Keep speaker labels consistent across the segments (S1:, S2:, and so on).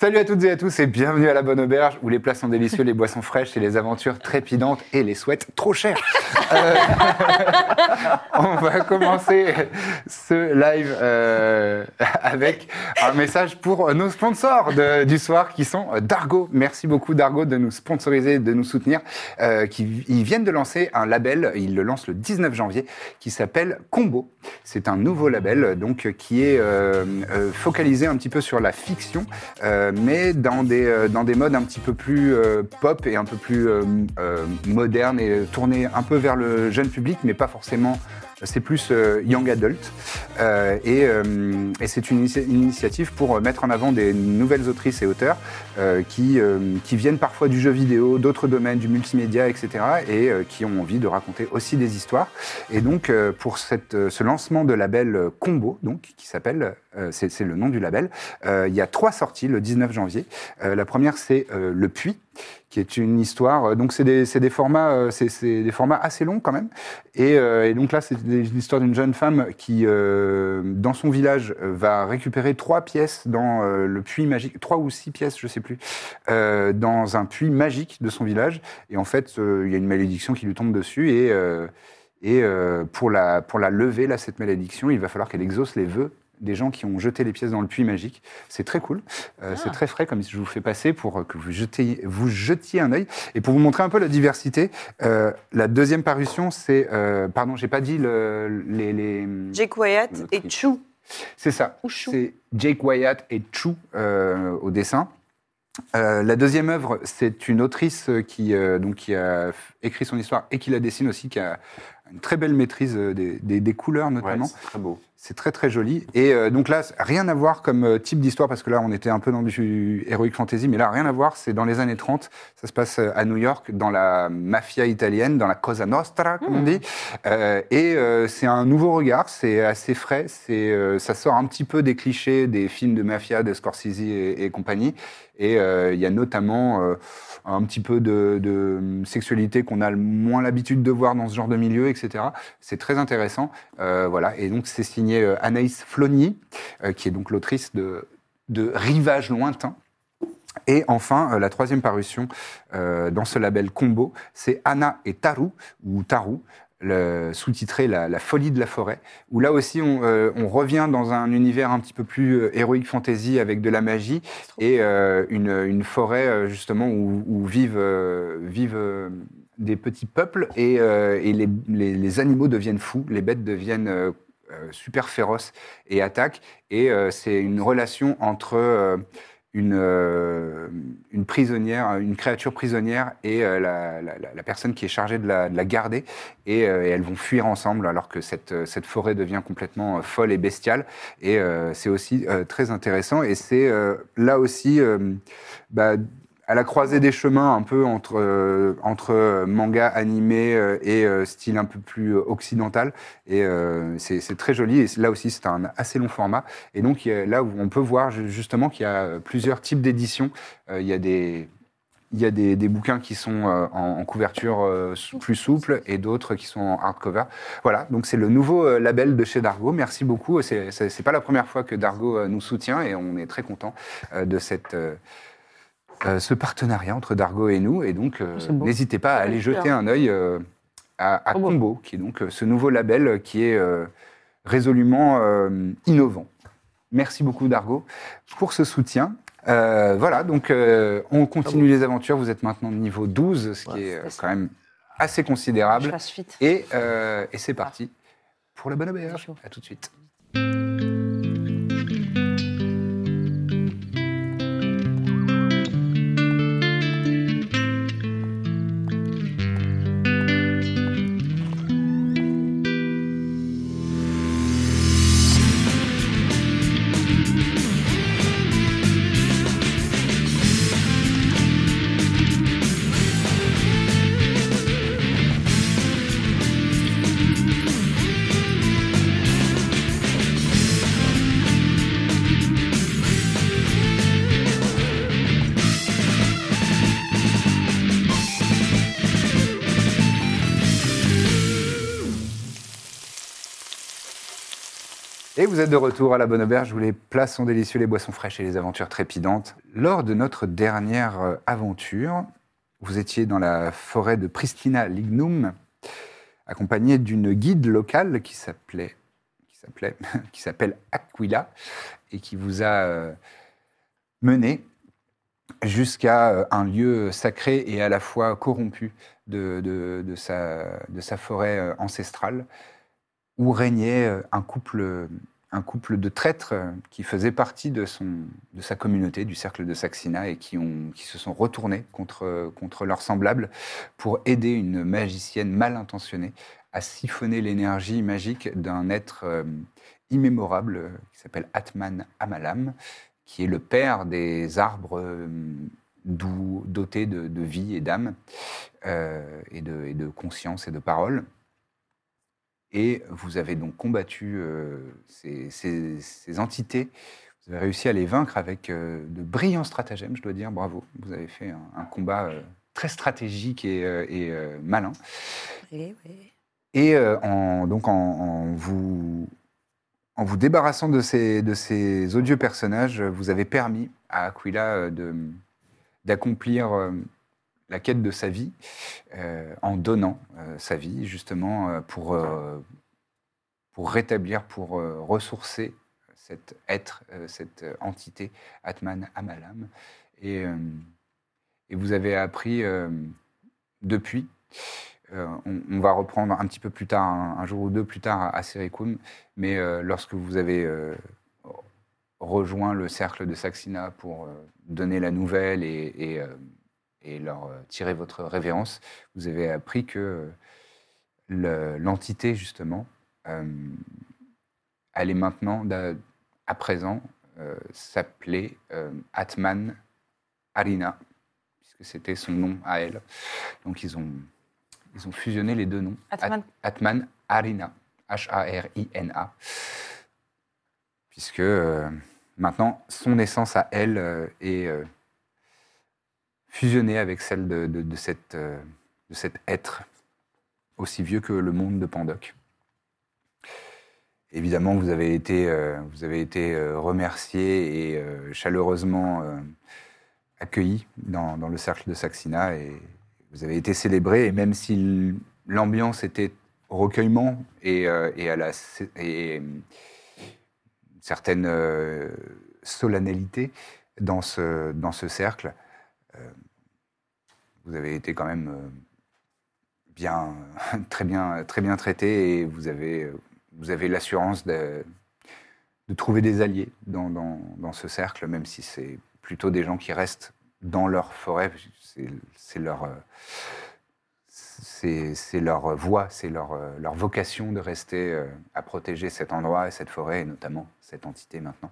S1: Salut à toutes et à tous et bienvenue à la Bonne Auberge où les plats sont délicieux, les boissons fraîches et les aventures trépidantes et les souhaits trop chers. Euh, on va commencer ce live euh, avec un message pour nos sponsors de- du soir qui sont Dargo. Merci beaucoup Dargo de nous sponsoriser, de nous soutenir. Euh, qui, ils viennent de lancer un label, ils le lancent le 19 janvier, qui s'appelle Combo. C'est un nouveau label donc qui est euh, euh, focalisé un petit peu sur la fiction, euh, mais dans des, euh, dans des modes un petit peu plus euh, pop et un peu plus euh, euh, moderne et tourné un peu vers le jeune public, mais pas forcément. C'est plus euh, young adult. Euh, et euh, et c'est une, initia- une initiative pour euh, mettre en avant des nouvelles autrices et auteurs euh, qui, euh, qui viennent parfois du jeu vidéo, d'autres domaines, du multimédia, etc. et euh, qui ont envie de raconter aussi des histoires. Et donc, euh, pour cette, euh, ce lancement de label euh, Combo, donc, qui s'appelle, euh, c'est c'est le nom du label, euh, il y a trois sorties le 19 janvier. Euh, la première, c'est euh, Le Puits, qui est une histoire. euh, donc, c'est des, c'est des, formats, euh, c'est- c'est des formats assez longs quand même. Et, euh, et donc là, c'est des- l'histoire d'une jeune femme qui, euh, dans son village, euh, va récupérer trois pièces dans euh, le puits magique, trois ou six pièces, je sais plus, euh, dans un puits magique de son village. Et en fait, euh, il y a une malédiction qui lui tombe dessus et euh, et euh, pour, la, pour la lever, là, cette malédiction, il va falloir qu'elle exauce les vœux des gens qui ont jeté les pièces dans le puits magique. C'est très cool. Euh, C'est très frais, comme je vous fais passer, pour euh, que vous jetiez, vous jetiez un œil. Et pour vous montrer un peu la diversité, euh, la deuxième parution, c'est... euh, pardon, j'ai pas dit le, les... les-
S2: Jake Wyatt
S1: Une
S2: et
S1: autrice.
S2: Chou.
S1: C'est ça.
S2: Ou Chou.
S1: C'est Jake Wyatt et Chu euh, au dessin. Euh, la deuxième œuvre, c'est une autrice qui, euh, donc, qui a f- écrit son histoire et qui la dessine aussi, qui a une très belle maîtrise euh, des, des- des couleurs notamment.
S3: c'est très beau.
S1: C'est très très joli. Et euh, donc là, rien à voir comme euh, type d'histoire, parce que là, on était un peu dans du heroic fantasy, mais là, rien à voir. C'est dans les années 30. Ça se passe euh, à New York, dans la mafia italienne, dans la Cosa Nostra, comme on dit. Euh, et euh, c'est un nouveau regard, c'est assez frais. C'est, euh, ça sort un petit peu des clichés des films de mafia, de Scorsese et, et compagnie. Et euh, il y a notamment euh, un petit peu de, de sexualité qu'on a le moins l'habitude de voir dans ce genre de milieu, etc. C'est très intéressant. Euh, voilà. Et donc, c'est signé euh, Anaïs Flonnier, euh, qui est donc l'autrice de, de Rivage lointain. Et enfin, euh, la troisième parution euh, dans ce label combo, c'est Anna et Taru, ou Taru, le- sous-titré la, La folie de la forêt, où là aussi on, euh, on revient dans un univers un petit peu plus euh, héroïque fantasy avec de la magie et euh, une, une forêt euh, justement où, où vivent, euh, vivent euh, des petits peuples et, euh, et les, les- les animaux deviennent fous, les bêtes deviennent euh, euh, super féroces et attaquent. Et euh, c'est une relation entre euh, une, euh, une prisonnière, une créature prisonnière et euh, la, la- la- la personne qui est chargée de la, de la garder. Et, euh, et elles vont fuir ensemble alors que cette, cette forêt devient complètement euh, folle et bestiale. Et euh, c'est aussi euh, très intéressant. Et c'est euh, là aussi... euh, bah, à la croisée des chemins, un peu entre, euh, entre euh, manga animé euh, et euh, style un peu plus euh, occidental. Et euh, c'est c'est très joli. Et là aussi, c'est un assez long format. Et donc, il y a- là, où on peut voir ju- justement qu'il y a euh, plusieurs types d'éditions. Euh, Il y a des. Il y a des, des bouquins qui sont euh, en, en couverture euh, sou- plus souple et d'autres qui sont en hardcover. Voilà, donc c'est le nouveau euh, label de chez Dargo. Merci beaucoup. C'est c'est- c'est pas la première fois que Dargo euh, nous soutient et on est très content de cette euh, euh, ce partenariat entre Dargo et nous. Et donc, euh,
S4: C'est beau.
S1: n'hésitez pas à aller jeter un œil euh, à, à
S4: Oh, bon.
S1: Combo, qui est donc euh, ce nouveau label euh, qui est euh, résolument euh, innovant. Merci beaucoup, Dargo, pour ce soutien. Euh, voilà, donc euh, on continue les aventures. Vous êtes maintenant niveau 12, ce qui
S4: Ah Ouais,
S1: est euh,
S4: c'est ça.
S1: quand même assez
S4: Je
S1: considérable.
S4: fasse vite.
S1: Et, euh, et c'est parti pour la bonne auberge.
S4: chaud.
S1: À tout de suite. Et vous êtes de retour à la Bonne Auberge où les plats sont délicieux, les boissons fraîches et les aventures trépidantes. Lors de notre dernière euh, aventure, vous étiez dans la forêt de Pristina Lignum, accompagné d'une guide locale qui s'appelait, qui s'appelait, qui s'appelle Aquila et qui vous a euh, mené jusqu'à euh, un lieu sacré et à la fois corrompu de, de- de sa, de sa forêt euh, ancestrale, où régnait euh, un couple, un couple de traîtres euh, qui faisaient partie de, son, de sa communauté, du cercle de Saxina, et qui, ont, qui se sont retournés contre, euh, contre leurs semblables pour aider une magicienne mal intentionnée à siphonner l'énergie magique d'un être euh, immémorable euh, qui s'appelle Atman Amalam, qui est le père des arbres euh, dou- dotés de, de vie et d'âme, euh, et, de, et de conscience et de parole. Et vous avez donc combattu euh, ces, ces- ces entités. Vous avez réussi à les vaincre avec euh, de brillants stratagèmes, je dois dire, bravo. Vous avez fait un, un combat euh, très stratégique et, euh, et, euh, malin.
S2: Eh ouais.
S1: Et euh, en, donc en, en vous, en vous débarrassant de ces, de ces odieux personnages, euh, vous avez permis à Aquila euh, de- d'accomplir euh, la quête de sa vie euh, en donnant euh, sa vie justement euh, pour, euh, pour rétablir, pour euh, ressourcer cet être, euh, cette euh, entité, Atman Amalam. Et, euh, et vous avez appris euh, depuis euh, on, on va reprendre un petit peu plus tard, un, un jour ou deux plus tard à, à Siricum, mais euh, lorsque vous avez euh, rejoint le cercle de Saxina pour euh, donner la nouvelle et, et, euh, et leur euh, tirer votre révérence, vous avez appris que euh, le- l'entité, justement, euh, allait maintenant, d'a- à présent, euh, s'appeler euh, Atman Arina, puisque c'était son nom à elle. Donc ils ont, ils ont fusionné les deux noms.
S2: Atman.
S1: At- Atman Arina. H-A-R-I-N-A. Puisque euh, maintenant, son essence à elle euh, est euh, fusionnée avec celle de, de- de cette, euh, de cet être aussi vieux que le monde de Pandoc. Évidemment, vous avez été, euh, vous avez été euh, remercié et euh, chaleureusement euh, accueilli dans, dans le cercle de Saxina et vous avez été célébré. Et même si l- l'ambiance était au recueillement et, euh, et à la sé- et, euh, une certaine euh, solennité dans ce, dans ce cercle, euh, vous avez été quand même euh, bien, très bien, très bien traité et vous avez, euh, vous avez l'assurance de, de trouver des alliés dans, dans- dans ce cercle, même si c'est plutôt des gens qui restent dans leur forêt. parce que c'est- C'est leur, euh, c'est c'est leur voie, c'est leur, euh, leur vocation de rester euh, à protéger cet endroit et cette forêt, et notamment cette entité maintenant.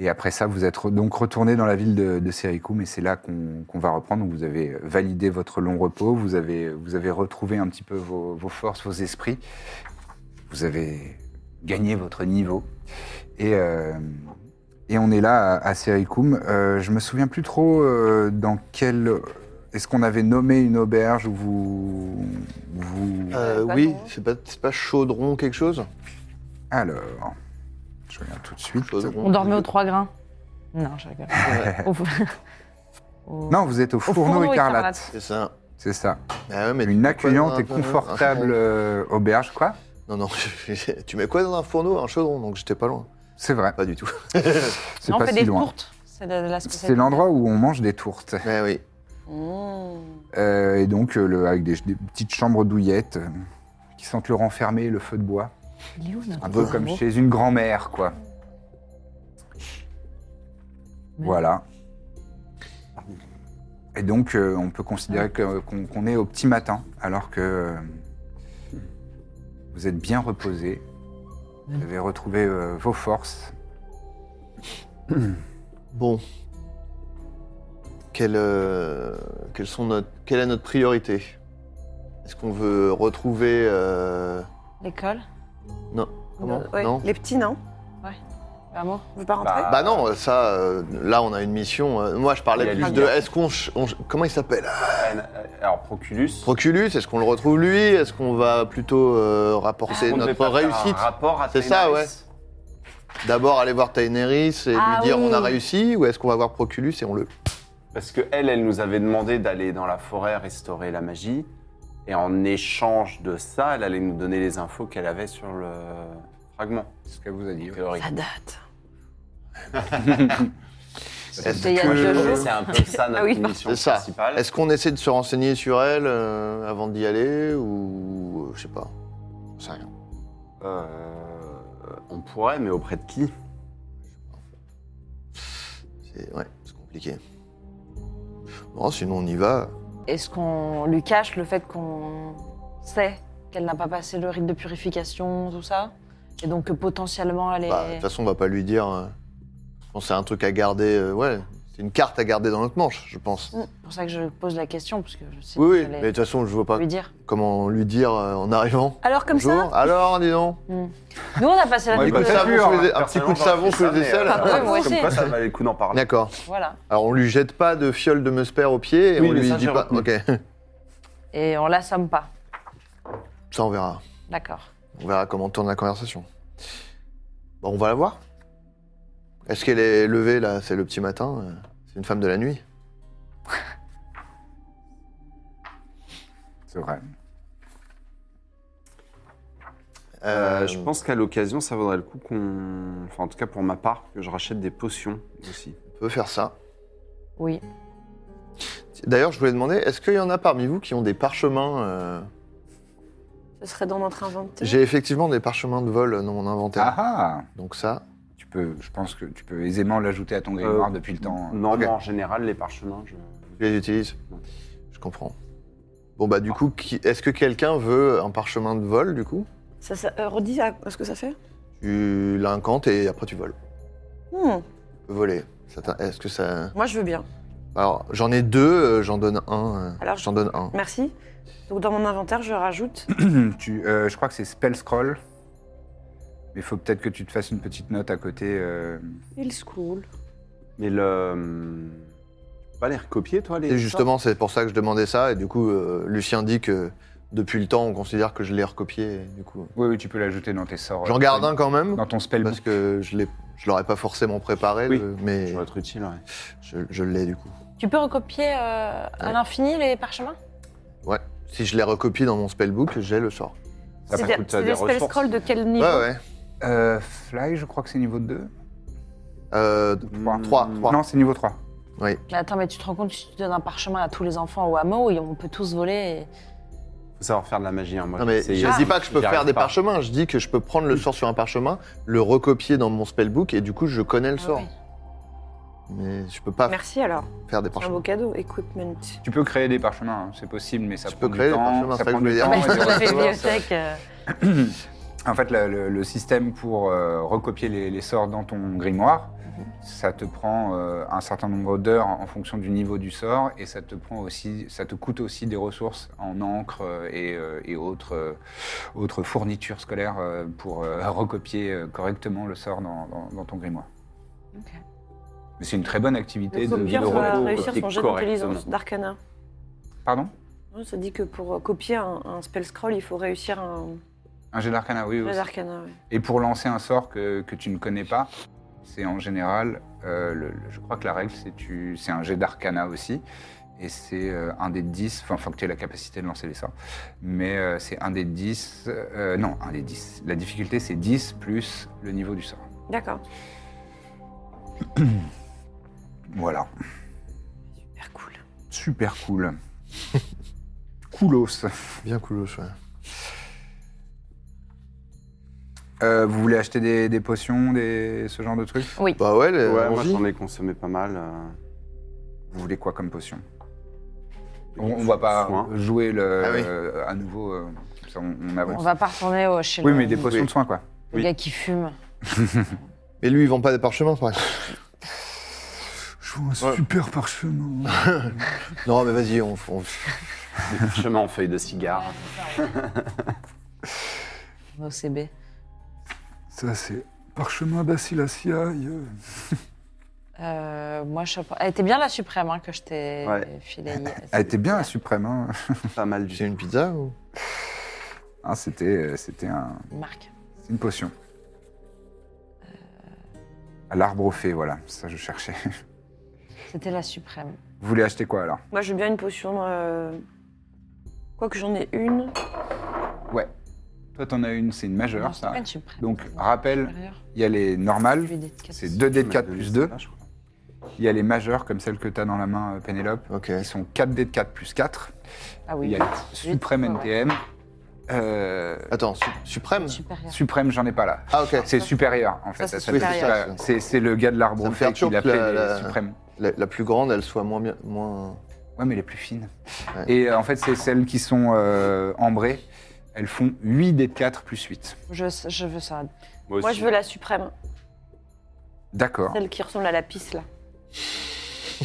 S1: Et après ça, vous êtes re- donc retourné dans la ville de, de Séricoume, et c'est là qu'on qu'on va reprendre. Donc, Vous avez euh, validé votre long repos, vous avez, vous avez retrouvé un petit peu vos, vos forces, vos esprits, vous avez gagné votre niveau. Et, euh, et on est là à, à Séricoume. Euh, je me souviens plus trop euh, dans quel... Est-ce qu'on avait nommé une auberge où vous... vous...
S3: Euh,
S2: Pas
S3: oui,
S2: trop.
S3: c'est pas, c'est pas chaudron quelque chose
S1: Alors, je regarde tout de suite.
S3: Chaudron.
S2: On dormait aux trois grains. Non, je rigole.
S3: Ouais,
S2: Au fou- au-
S1: Non, vous êtes au,
S2: au
S1: fourneau, écarlate.
S3: C'est ça.
S1: C'est ça.
S3: Ah ouais, mais tu
S1: Une
S3: mets quoi dans
S1: accueillante
S3: un
S1: et
S3: fourneau
S1: confortable euh, auberge, quoi.
S3: Non, non, tu mets quoi dans un fourneau Un chaudron, donc j'étais pas loin.
S1: C'est vrai,
S3: Pas du tout.
S1: c'est
S2: Non, on
S1: pas
S2: fait
S1: si
S2: des
S1: loin.
S2: tourtes. C'est de- de la
S1: C'est
S2: spécialité.
S1: l'endroit où on mange des tourtes.
S3: Mais oui.
S2: Mmh.
S1: Euh, et donc, euh, le- avec des, des petites chambres douillettes euh, qui sentent le renfermé et le feu de bois.
S2: Il est où, notre
S1: Un peu
S2: gros
S1: comme
S2: mot
S1: chez une grand-mère, quoi.
S2: Mais-
S1: Voilà. Et donc, euh, on peut considérer que- euh, qu'on qu'on est au petit matin, alors que euh, vous êtes bien reposé. Vous avez retrouvé euh, vos forces.
S3: Bon. Quelle, euh, quelles sont notre, quelle est notre priorité Est-ce qu'on veut retrouver. euh,
S2: L'école Ah
S3: Non. Comment
S4: Ouais,
S3: Non
S4: Les petits, non
S2: Clairement.
S4: On veut pas rentrer
S1: Bah,
S3: Bah non, ça, euh, là on a une mission. euh, moi je parlais
S1: Il y a
S3: plus
S1: lui.
S3: de est-ce qu'on. ch- on ch- comment il s'appelle
S1: Alors, Proculus.
S3: Proculus, est-ce qu'on le retrouve lui Est-ce qu'on va plutôt euh, rapporter
S1: On devait
S3: notre
S1: pas faire un
S3: réussite
S1: rapport à
S3: C'est ça,
S1: Tainaris.
S3: ouais. D'abord aller voir Taeneris et
S4: Ah
S3: lui dire
S4: oui.
S3: on a réussi ou est-ce qu'on va voir Proculus et on le.
S5: Parce que elle, elle nous avait demandé d'aller dans la forêt restaurer la magie. Et en échange de ça, elle allait nous donner les infos qu'elle avait sur le fragment.
S1: C'est ce qu'elle vous a dit.
S5: en théorie.
S4: Ça date.
S3: Est-ce
S2: il y a
S3: que-
S2: deux jours.
S5: C'est un peu ça notre
S2: Ah oui, pardon.
S5: mission
S3: C'est ça.
S5: principale.
S3: Est-ce qu'on essaie de se renseigner sur elle euh, avant d'y aller ou. euh, je sais pas. J'en sais rien.
S5: Euh, on pourrait, mais auprès de qui
S3: C'est ouais, c'est compliqué. Bon, sinon on y va.
S2: Est-ce qu'on lui cache le fait qu'on sait qu'elle n'a pas passé le rite de purification, tout ça Et donc que potentiellement elle est.
S3: Bah, De toute façon, on va pas lui dire. euh, je pense que c'est un truc à garder. euh, ouais, c'est une carte à garder dans notre manche, je pense.
S2: Mm. C'est pour ça que je pose la question, parce que je sais
S3: Oui, oui,
S2: qu'elle
S3: mais
S2: est-
S3: de toute façon, je vois pas
S2: lui dire.
S3: comment lui dire euh, en arrivant.
S2: Alors comme
S3: Bonjour.
S2: ça,
S3: Alors, dis donc.
S2: nous on a passé la
S1: Ouais,
S3: Un petit coup de
S1: bah,
S3: savon
S1: sûr,
S3: sous les-
S1: hein,
S3: un petit coup de
S5: personnellement,
S3: savon
S5: j'aurais
S3: sous
S5: fait
S3: les
S5: ça, mais,
S3: aisselles.
S5: euh,
S2: Ouais, Ah, moi
S5: Comme
S2: aussi.
S5: quoi, ça valait le coup d'en parler.
S3: D'accord.
S2: voilà.
S3: Alors, on lui jette pas de fiole de meusper au pied et
S5: Oui,
S3: on
S5: mais
S3: lui
S5: ça,
S3: dit
S5: j'ai
S3: pas.
S5: retenu.
S3: Ok,
S2: Et on l'assomme pas.
S3: ça, on verra.
S2: D'accord.
S3: On verra comment tourne la conversation. Bon, on va la voir. Est-ce qu'elle est levée là C'est le petit matin. euh, C'est une femme de la nuit.
S1: C'est vrai.
S5: Euh,
S3: Euh,
S5: je pense qu'à l'occasion, ça vaudrait le coup qu'on. Enfin, en tout cas, pour ma part, que je rachète des potions aussi.
S3: On peut faire ça.
S2: Oui.
S3: D'ailleurs, je voulais demander, est-ce qu'il y en a parmi vous qui ont des parchemins euh,
S4: Ce serait dans notre inventaire.
S3: J'ai effectivement des parchemins de vol dans mon inventaire.
S1: Ah ah
S3: Donc ça,
S1: tu peux, Je pense que tu peux aisément l'ajouter à ton grimoire
S5: Euh,
S1: depuis le temps.
S5: Non,
S3: Ok.
S5: moi, en général, les parchemins, je.
S3: je les utilise. Je comprends. Bon bah du coup, qui- est-ce que quelqu'un veut un parchemin de vol du coup
S4: Ça, ça, euh, redis à- ce que ça fait.
S3: Tu l'incantes et après tu voles.
S4: Hmm,
S3: Tu peux voler. Ça t'in- Est-ce que ça...
S4: Moi, je veux bien.
S3: Alors j'en ai deux, euh, j'en donne un. euh,
S4: Alors,
S3: j'en donne un.
S4: Merci. Donc, dans mon inventaire, je rajoute.
S1: Tu- euh, je crois que c'est Spell Scroll. Mais il faut peut-être que tu te fasses une petite note à côté. euh,
S4: Il school.
S5: Mais le. Tu peux pas les recopier, toi, les.
S3: Et justement, c'est pour ça que je demandais ça et du coup, euh, Lucien dit que depuis le temps, on considère que je l'ai recopié. et du coup,
S1: Oui, oui, tu peux l'ajouter dans tes sorts.
S3: j'en
S1: euh,
S3: garde un quand même.
S1: Dans ton spell
S3: parce que je l'ai, je l'aurais pas forcément préparé,
S5: Oui.
S3: le- mais
S5: Ça va être utile, ouais.
S3: je, je l'ai du coup.
S2: Tu peux recopier euh, à
S3: Ouais.
S2: l'infini les parchemins
S3: Si je les recopie dans mon spellbook, j'ai le sort.
S1: Ça
S2: C'est
S1: coûte,
S2: des,
S1: euh,
S2: c'est
S1: des
S2: des spell
S1: ressources.
S2: scrolls de quel niveau
S3: Ouais, ouais.
S1: Euh, fly, je crois que c'est niveau 2.
S3: Euh,
S1: 3.
S3: 3,
S5: Hum,
S1: Non, c'est niveau 3.
S2: Mais attends, mais tu te rends compte que si tu donnes un parchemin à tous les enfants au hameau, et on peut tous voler. et-
S5: Faut savoir faire de la magie, hein. Moi,
S3: Non, mais
S5: j'essaye,
S3: je
S5: euh,
S3: dis pas que je peux
S5: j'y
S3: faire
S5: arrive
S3: des
S5: pas.
S3: parchemins, je dis que je peux prendre le sort sur un parchemin, le recopier dans mon spellbook et du coup je connais le
S2: Ah
S3: sort.
S2: oui.
S3: Mais je peux pas
S4: Merci alors.
S3: faire des
S4: C'est un
S3: parchemins.
S4: beau cadeau. Equipment.
S1: Tu peux créer des parchemins, hein, c'est possible, mais ça
S3: Tu
S1: prend
S3: peux
S1: du
S3: créer des
S1: temps,
S3: parchemins,
S1: ça
S3: c'est Ah, ça
S1: prend
S3: que je
S1: du
S3: voulais dire.
S1: temps,
S2: Bah,
S1: et des
S2: dans la
S1: ressources.
S2: bibliothèque. euh,
S1: En fait, le, le- le système pour euh, recopier les, les sorts dans ton grimoire, ça te prend euh, un certain nombre d'heures en fonction du niveau du sort et ça te, prend aussi, ça te coûte aussi des ressources en encre euh, et, euh, et autres, euh, autres fournitures scolaires euh, pour euh, recopier euh, correctement le sort dans, dans- dans ton grimoire.
S2: Ok.
S1: Mais c'est une très bonne activité
S4: Le
S1: de,
S4: copieur
S1: de
S4: va
S1: repos.
S4: réussir son jet d'intelligence
S5: correctement.
S4: d'arcana.
S1: Pardon
S4: Non, Ça dit que pour euh, copier un, un spell scroll, il faut réussir un
S1: Un jet d'arcana, oui.
S4: jet
S1: aussi.
S4: d'arcana. ouais.
S1: Et pour lancer un sort que, que tu ne connais pas, c'est en général, euh, le- le- je crois que la règle, c'est tu- c'est un jet d'arcana aussi. Et c'est euh, un des 10, enfin, faut que tu aies la capacité de lancer les sorts. Mais euh, c'est un des 10, euh, non, un des 10. La difficulté, c'est 10 plus le niveau du sort.
S4: D'accord.
S1: Voilà.
S4: Super cool.
S1: Super cool. Coolos.
S3: Bien cool, ouais.
S1: Euh, vous voulez acheter des, des potions, des, ce genre de trucs
S3: Bah ouais, les-
S5: Ouais, moi,
S3: allons-y.
S5: j'en ai consommé pas mal. euh.
S1: Vous voulez quoi comme potion on, on va pas
S5: Soin.
S1: jouer le,
S3: Ah oui.
S1: euh, à nouveau, euh, comme ça, on, on avance.
S2: On va pas retourner au- chez
S1: Oui,
S2: le,
S1: mais des potions
S3: Oui.
S1: de soin, quoi.
S2: le
S5: oui.
S2: gars qui fume.
S3: Mais lui, il vend pas des parchemins, par exemple.
S1: Je vois un
S3: Ouais.
S1: super parchemin.
S3: Non, mais vas-y, on, on-
S5: Des
S3: hein.
S5: parchemins en feuilles de cigare.
S2: Au CB.
S1: Ça, c'est Parchemin d'Assilaciaï.
S2: Euh, moi, je... Elle était bien la suprême hein, que je t'ai
S5: Ouais.
S2: filée. hier.
S1: Elle était bien la suprême. hein.
S5: Pas mal du
S3: C'est une pizza ou
S1: Hein, c'était, euh, c'était un-
S2: Marc.
S1: c'est une potion. Euh. À l'arbre aux fées, voilà. Ça, je cherchais.
S2: C'était la suprême.
S1: Vous voulez acheter quoi alors
S4: Moi, j'ai bien une potion. euh, Quoique j'en ai une.
S1: Ouais. Toi, t'en as une, c'est une majeure,
S2: Non, c'est
S1: ça.
S2: pas une suprême.
S1: Donc,
S2: C'est une
S1: rappel,
S2: supérieure.
S1: il y a les normales,
S2: Lui, il est de quatre.
S1: c'est
S3: E
S1: 2 dés de 4
S5: Deux
S1: plus
S5: dés,
S1: 2.
S5: c'est là, je crois.
S1: Il y a les majeures, comme celle que t'as dans la main, euh, Pénélope.
S3: Ok.
S1: Ils sont 4 dés de 4 plus 4.
S2: Ah oui.
S1: Il y a les Suprême
S2: Ouais, ouais.
S1: NTM. Euh,
S3: Attends, su- suprême
S2: Supérieure.
S1: Suprême, j'en ai pas là.
S3: Ah ok.
S1: C'est supérieur, en fait.
S2: Ça, c'est
S1: s'appelle
S3: supérieur.
S1: supérieur. C'est c'est le gars de l'arbre
S3: Ça
S1: au
S3: me
S1: fait qui
S3: perturbe que
S1: l'appelait
S3: la-
S1: les
S3: la-
S1: suprêmes.
S3: La, la plus grande, elle soit moins bien, moins.
S1: Ouais, mais les plus fines.
S3: Ouais.
S1: Et euh, en fait, c'est celles qui sont euh, ambrées. Elles font 8 dés de 4 plus 8.
S2: Je, je veux ça.
S5: Moi,
S4: Moi,
S5: aussi.
S4: je veux la suprême.
S1: D'accord.
S4: Celle qui ressemble à la pisse, là.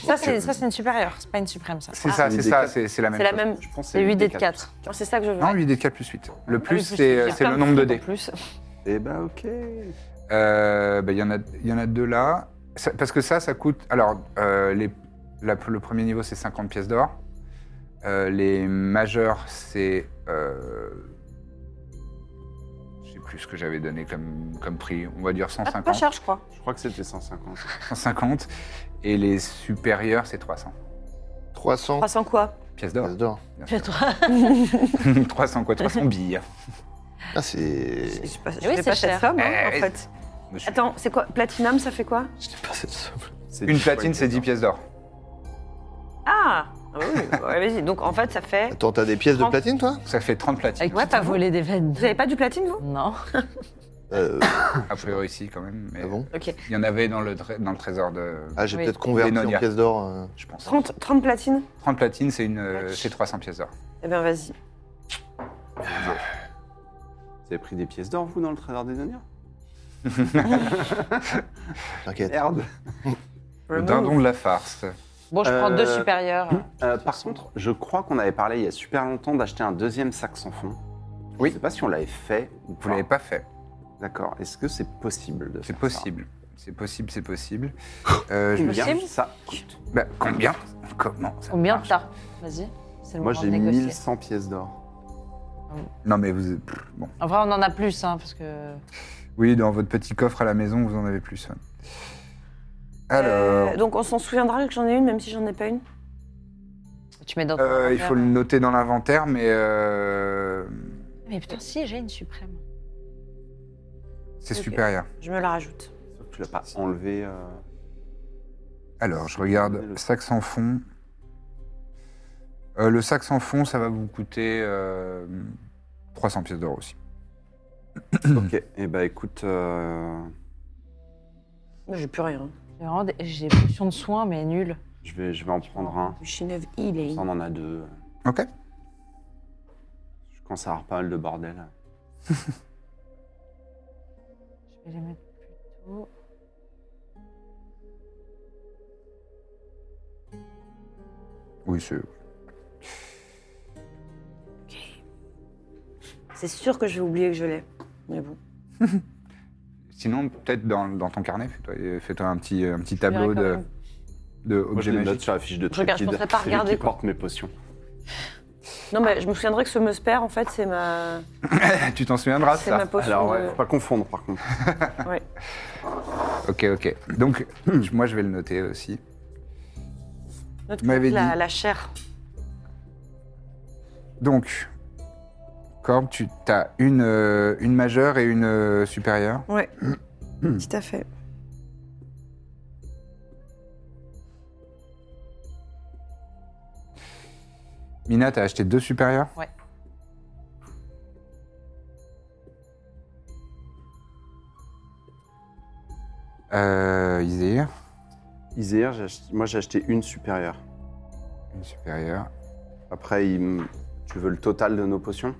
S2: Ça, c'est ça, c'est une supérieure. C'est pas une suprême, ça.
S1: C'est
S2: Ah,
S1: ça,
S5: huit
S1: c'est
S5: dés de
S1: ça,
S5: quatre.
S1: c'est c'est la même.
S4: C'est la
S1: chose.
S4: même.
S5: Je pense que
S2: C'est 8 dés de
S5: quatre.
S2: 4.
S4: Non, C'est ça que je veux.
S1: Non, 8 dés de 4 plus 8. Le plus,
S2: oui, plus
S1: c'est euh,
S2: huit.
S1: c'est le nombre de dés.
S4: En plus.
S5: Eh ben, ok.
S1: Euh, bah, Il y, en a- il y en a deux là. Ça- parce que ça, ça coûte. Alors, euh, les, la- le premier niveau, c'est 50 pièces d'or. Euh, les majeurs, c'est. Euh, je sais plus ce que j'avais donné comme, comme prix. On va dire
S4: Ah, pas
S1: 150.
S4: cher, je crois.
S5: Je crois que c'était 150.
S1: 150. Et les supérieurs, c'est 300
S3: 300
S1: Oh.
S4: 300 quoi
S1: pièces d'or.
S3: pièces d'or.
S2: Puis toi-
S1: 300 quoi 300 billes.
S3: Ah c'est.
S4: Je sais pas, je
S2: Eh oui,
S4: fais
S2: c'est
S4: pas cette
S2: cher.
S4: somme, hein,
S1: Eh,
S4: en
S1: eh,
S4: fait.
S1: Monsieur.
S4: Attends, c'est quoi Platinum, ça fait quoi
S3: Je n'ai pas cette somme.
S5: C'est
S1: Une
S5: dix fois
S1: platine, c'est 10 pièces d'or.
S4: Ah Ah bah oui, ouais, vas-y. Donc, en fait, ça fait...
S3: Attends, t'as des pièces de
S4: Trente.
S3: platine toi
S1: Ça fait 30 platines.
S2: Avec qui
S4: Ah, Ouais,
S2: t'as
S4: pas vous.
S2: volé des veines
S4: Vous avez pas du platine, vous
S2: Non.
S3: euh,
S1: A priori, si, quand même. Mais
S3: Ah bon
S4: Ok.
S1: Il y en avait dans le, tré- dans le trésor de.
S3: Ah j'ai
S2: Oui.
S3: peut-être converti
S1: Des
S3: en
S1: nonias.
S3: pièces d'or. euh.
S1: Je pense.
S4: 30, 30 platines
S1: 30 platines, c'est une, euh, c'est 300 pièces d'or.
S4: Eh ben, vas-y.
S5: Vous avez pris des pièces d'or, vous, dans le trésor des deniers
S3: T'inquiète.
S5: Merde.
S1: Le dindon de la farce.
S2: Bon, je prends
S5: Euh,
S2: deux supérieures.
S5: Euh, par contre, je crois qu'on avait parlé il y a super longtemps d'acheter un deuxième saxophone.
S1: Oui.
S5: Je sais pas si on l'avait fait ou
S1: Vous
S4: Ah.
S1: l'avez pas fait.
S5: D'accord. Est-ce que c'est possible de
S1: C'est
S5: faire
S1: possible. C'est possible, c'est possible. Euh,
S5: ça
S1: je-
S5: Combien
S2: Possible
S5: ça coûte
S1: bah, combien Comment ça
S2: Combien
S1: marche
S2: t'as Vas-y. C'est le
S5: Moi,
S2: moment
S5: j'ai
S2: de négocier.
S5: 1100 pièces d'or.
S1: Non, mais vous. pff, Bon.
S2: En vrai, on en a plus, hein, parce que.
S1: Oui, dans votre petit coffre à la maison, vous en avez plus. ouais. Alors.
S4: Euh, donc, on s'en souviendra que j'en ai une, même si j'en ai pas une.
S2: Tu mets dans ton
S1: euh, il faut le
S2: inventaire.
S1: noter dans l'inventaire, mais. euh,
S2: Mais putain, si, j'ai une suprême.
S1: c'est
S4: Ok.
S1: supérieur.
S4: Je me la rajoute.
S5: Sauf que tu l'as pas enlevé. euh,
S1: Alors, je regarde sac sans fond. Euh, le sac sans fond, ça va vous coûter euh, 300 pièces d'or aussi.
S5: Ok. Eh ben, écoute. euh,
S4: Moi, j'ai plus rien.
S2: J'ai vraiment des, j'ai des potions de soins, mais nulles.
S5: Je vais, je vais en prendre un.
S4: Le Shinov, il est...
S5: Ça, On en a deux.
S1: Ok.
S5: Je commence à avoir pas mal de bordel.
S2: Je vais les mettre plutôt.
S1: Oui, c'est.
S4: C'est sûr que je vais oublier que je l'ai. Mais bon.
S1: Sinon, peut-être dans, dans ton carnet, fais-toi fais-toi un petit, un petit
S2: verrai
S1: tableau
S2: quand
S1: de,
S2: même.
S1: de
S5: Moi, je
S1: objets
S5: les note
S1: magiques.
S5: sur la fiche de
S4: Je regarde, je
S5: Trépide.
S4: pensais pas
S5: C'est lui
S4: regarder,
S5: qui
S4: quoi.
S5: porte mes potions.
S4: Non, mais je me souviendrai que ce Musper, en fait, c'est ma...
S1: tu t'en souviendras,
S4: C'est
S1: Ah, ça
S4: ma potion euh.
S5: Alors, ouais,
S4: de-
S5: faut pas confondre, par contre.
S4: Ouais.
S1: Ok, ok. Donc, je- moi, je vais le noter aussi.
S4: Notre
S1: Vous m'avez
S4: couple, la,
S1: dit.
S4: la chair.
S1: Donc, Corbe, tu as une, euh, une majeure et une euh, supérieure.
S4: Ouais. Hmm. Tout à fait.
S1: Mina, t'as acheté deux supérieures
S2: Ouais.
S1: Euh, Iséir,
S5: Iséir, j'ai ach- moi, j'ai acheté une supérieure.
S1: une supérieure.
S5: Après, il me- tu veux le total de nos potions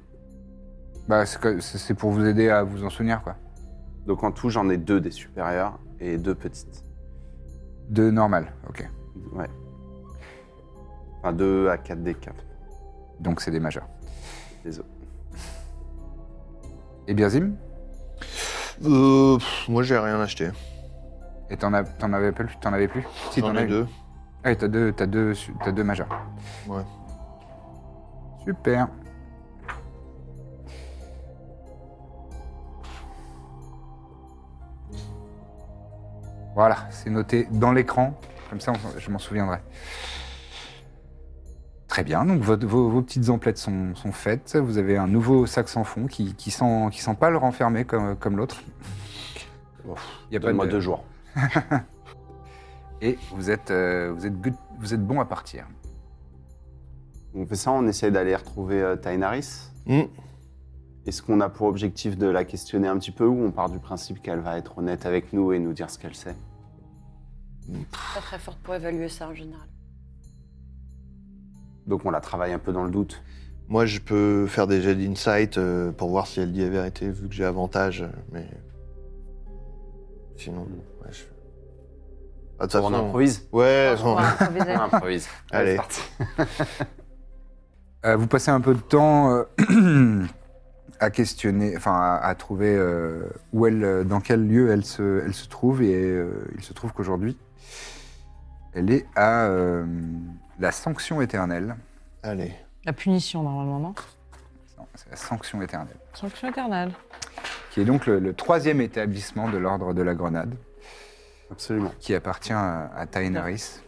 S1: Bah, c'est que- c'est c'est pour vous aider à vous en souvenir, quoi.
S5: Donc en tout, j'en ai deux des supérieures et deux petites.
S1: Deux normales, ok.
S5: Ouais. Enfin, deux à 4 des quatre.
S1: Donc c'est des majeures.
S5: Désolé.
S1: Et bien Zim
S3: Euh, pff, moi, j'ai rien acheté.
S1: Et t'en as- t'en avais plus T'en avais plus Si,
S3: J'en
S1: t'en as
S3: ai
S1: eu.
S3: deux.
S1: Ah, et t'as deux, t'as deux, su- t'as deux majeurs.
S3: Ouais.
S1: Super. Voilà, c'est noté dans l'écran. Comme ça, on- je m'en souviendrai. Très bien, donc votre- vos, vos petites emplettes sont, sont faites. Vous avez un nouveau sac sans fond qui, qui, sent, qui sent pas le renfermer comme, comme l'autre. Il y a pas
S5: Donne-moi
S1: de-
S5: deux jours.
S1: Et vous êtes, euh, vous, êtes good- vous êtes bon à partir.
S5: On fait ça, on essaie d'aller retrouver euh, Tainaris.
S3: Hmm.
S5: Est-ce qu'on a pour objectif de la questionner un petit peu ou on part du principe qu'elle va être honnête avec nous et nous dire ce qu'elle sait
S4: Pas très forte pour évaluer ça en général.
S5: Donc on la travaille un peu dans le doute.
S3: Moi, je peux faire des jets d'insight euh, pour voir si elle dit la vérité, vu que j'ai avantage, euh, mais. Sinon, ouais, je. Ah, de toute
S5: on
S3: façon-
S5: improvise
S3: Ah, Ouais,
S2: On
S3: non.
S2: va improviser.
S5: On improvise.
S3: Allez.
S5: c'est parti.
S1: Euh, vous passez un peu de temps euh, à questionner, enfin à, à trouver euh, où elle, euh, dans quel lieu elle se, elle se trouve, et euh, il se trouve qu'aujourd'hui, elle est à euh, la sanction éternelle.
S3: Allez.
S2: La punition, normalement, non
S1: Non, C'est la sanction éternelle,
S2: Sanction éternelle.
S1: qui est donc le, le troisième établissement de l'ordre de la Grenade,
S5: Absolument.
S1: qui appartient à, à Tainaris.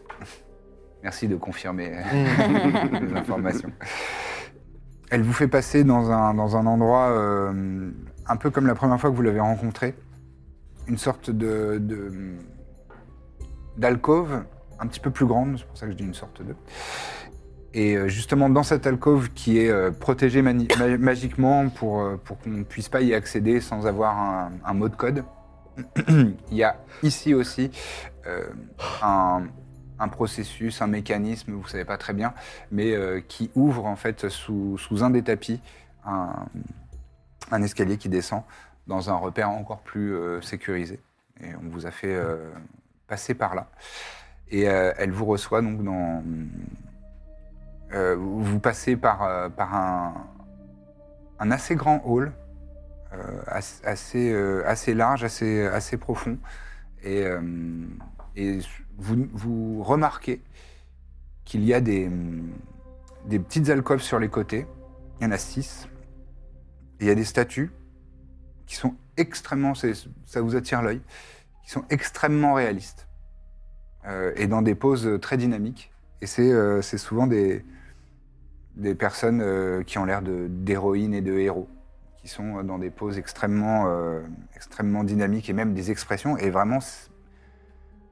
S1: Merci de confirmer. euh, les informations. Elle vous fait passer dans un, dans un endroit euh, un peu comme la première fois que vous l'avez rencontré, une sorte de de- d'alcôve un petit peu plus grande, c'est pour ça que je dis une sorte de. Et euh, justement dans cette alcôve qui est euh, protégée mani- ma- magiquement pour, euh, pour qu'on ne puisse pas y accéder sans avoir un, un mot de code, il y a ici aussi euh, un, un processus, un mécanisme, vous savez pas très bien, mais euh, qui ouvre en fait sous, sous un des tapis un, un escalier qui descend dans un repère encore plus euh, sécurisé. Et on vous a fait euh, passer par là. Et euh, elle vous reçoit donc dans. euh, vous passez par, euh, par un, un assez grand hall, euh, as- assez, euh, assez large, assez, assez profond. Et, euh, et vous, vous remarquez qu'il y a des, hum, des petites alcôves sur les côtés. Il y en a six. Et il y a des statues qui sont extrêmement, c'est- ça vous attire l'œil, qui sont extrêmement réalistes Euh, et dans des poses très dynamiques. Et c'est euh, c'est souvent des, des personnes euh, qui ont l'air de- d'héroïnes et de héros, qui sont dans des poses extrêmement, euh, extrêmement dynamiques et même des expressions. Et vraiment, c'est-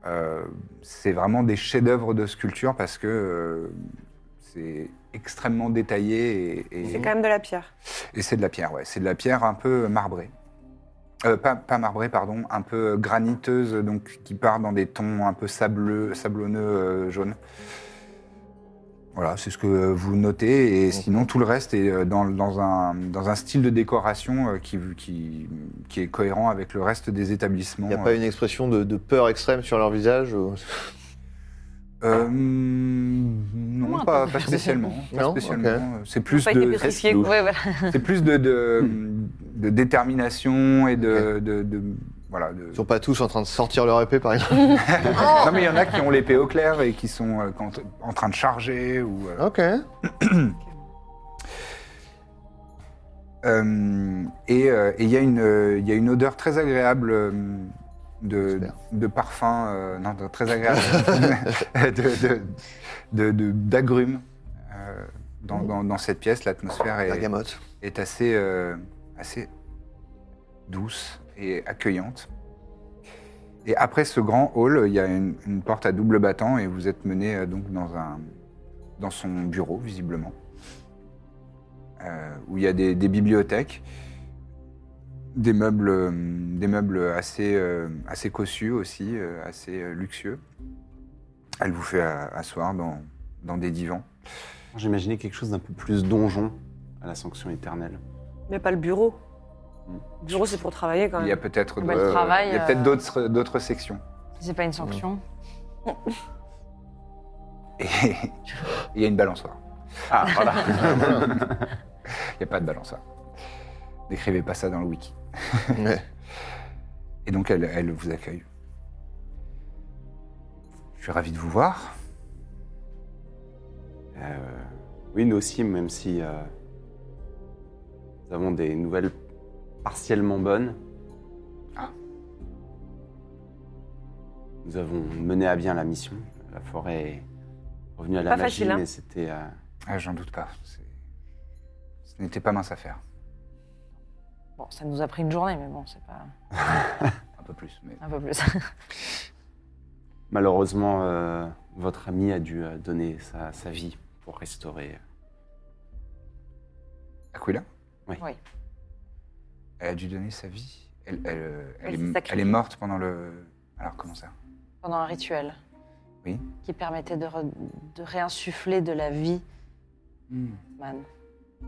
S1: euh, c'est vraiment des chefs-d'œuvre de sculpture parce que euh, c'est extrêmement détaillé et, et-
S4: C'est quand même de la pierre.
S1: et c'est de la pierre, ouais. C'est de la pierre un peu marbrée. Euh, pas, pas marbrée, pardon, un peu graniteuse, donc qui part dans des tons un peu sableux, sablonneux, euh, jaunes. Voilà, c'est ce que euh, vous notez. Et sinon, tout le reste est euh, dans, dans un, dans un style de décoration euh, qui, qui, qui est cohérent avec le reste des établissements.
S3: Il n'y a pas une expression de, de peur extrême sur leur visage ou- Ah.
S1: Euh, hmm, non,
S2: Ouais,
S1: pas,
S2: attendez.
S1: pas spécialement. pas
S3: Non
S1: spécialement.
S3: Ok.
S1: C'est plus
S4: Faut pas être
S1: de,
S4: pétrifié,
S5: Reste
S4: quoi.
S2: Ouais, voilà.
S1: c'est plus de, de, de détermination et de, de- de- voilà. de-
S3: Ils sont pas tous en train de sortir leur épée, par exemple.
S1: Non mais il y en a qui ont l'épée au clair et qui sont euh, quand- en train de charger ou. euh,
S3: ok.
S1: Euh, et euh, et il y, a une, euh, il y a une odeur très agréable euh, de,
S3: J'espère.
S1: de parfum, euh, non, de- très agréable, de- de- de- de- d'agrumes euh, dans, dans- dans cette pièce. L'atmosphère est,
S3: Bergamote.
S1: est assez, euh, assez douce et accueillante. Et après ce grand hall, il y a une, une porte à double battant et vous êtes mené euh, donc dans, un, dans son bureau, visiblement, euh, où il y a des, des bibliothèques, des meubles, euh, des meubles assez, euh, assez cossus aussi, euh, assez euh, luxueux. Elle vous fait euh, asseoir dans, dans des divans.
S5: J'imaginais quelque chose d'un peu plus donjon à la sanction éternelle.
S4: Mais pas le bureau.
S1: Hmm.
S5: Mm.
S4: Le bureau, c'est pour travailler quand
S1: Il y a
S4: même.
S1: peut-être
S2: Bah, le
S1: d'autres-
S2: travail,
S1: il y a
S2: euh,
S1: peut-être d'autres d'autres sections.
S2: C'est pas une sanction.
S1: Et il y a une balançoire.
S5: Ah, voilà.
S1: Il n'y a pas de balançoire. N'écrivez pas ça dans le wiki.
S3: Ouais.
S1: Et donc elle, elle vous accueille. Je suis ravi de vous voir.
S5: Euh, oui, nous aussi, même si euh, nous avons des nouvelles partiellement bonnes.
S1: Ah.
S5: Nous avons mené à bien la mission. La forêt est revenue à la
S4: Pas
S5: magie,
S4: facile, hein.
S5: mais c'était... euh,
S1: Ah, J'en doute pas. C'est- Ce n'était pas mince à faire.
S2: Bon, ça nous a pris une journée, mais bon, c'est pas
S1: Un peu plus. Mais...
S2: un peu plus.
S5: malheureusement, euh, votre ami a dû euh, donner sa, sa vie pour restaurer. euh,
S1: Aquila
S2: Oui.
S1: Elle a dû donner sa vie. Elle, elle, euh, elle
S4: Elle s'est
S1: est,
S4: sacrifiée.
S1: elle est morte pendant le. Alors comment ça
S2: Pendant un rituel.
S1: Oui.
S2: Qui permettait de, re- de réinsuffler de la vie,
S5: Hmm.
S2: man.
S1: Vous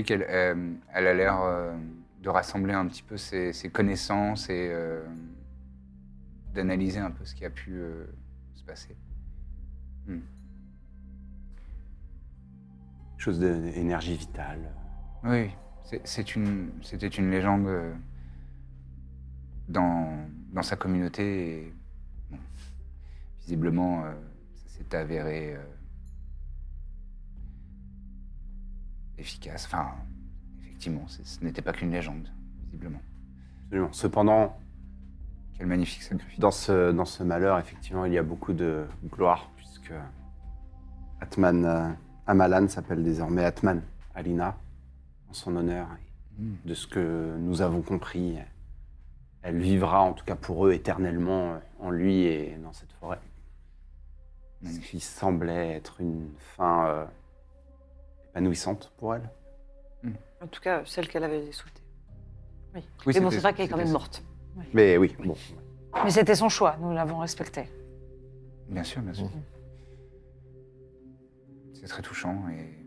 S1: voyez qu'elle euh, elle a l'air euh, de rassembler un petit peu ses, ses connaissances et euh, d'analyser un peu ce qui a pu euh, se passer.
S5: Quelque chose d'énergie vitale.
S1: Oui, c'est- c'est une, c'était une légende euh, dans, dans sa communauté. et, bon, visiblement, euh, ça s'est avéré euh, efficace. Enfin, effectivement, c'est- ce n'était pas qu'une légende, visiblement.
S5: Absolument. Cependant,
S1: Quel magnifique sacrifice.
S5: Dans ce, dans ce malheur, effectivement, il y a beaucoup de gloire, puisque Atman euh, Amalan s'appelle désormais Atman Alina, en son honneur.
S1: Mm.
S5: De ce que nous avons compris, elle vivra, en tout cas pour eux, éternellement euh, en lui et dans cette forêt. Ce
S1: Magnifique.
S5: qui semblait être une fin euh, épanouissante pour elle.
S4: En tout cas, celle qu'elle avait souhaitée.
S1: Oui,
S4: Mais bon,
S1: c'était-
S4: c'est vrai qu'elle est
S1: c'était
S4: quand même
S1: ça.
S4: morte.
S5: Mais oui, bon.
S2: Mais c'était son choix, nous l'avons respecté.
S1: Bien sûr, bien sûr.
S3: Mmh.
S1: C'est très touchant et...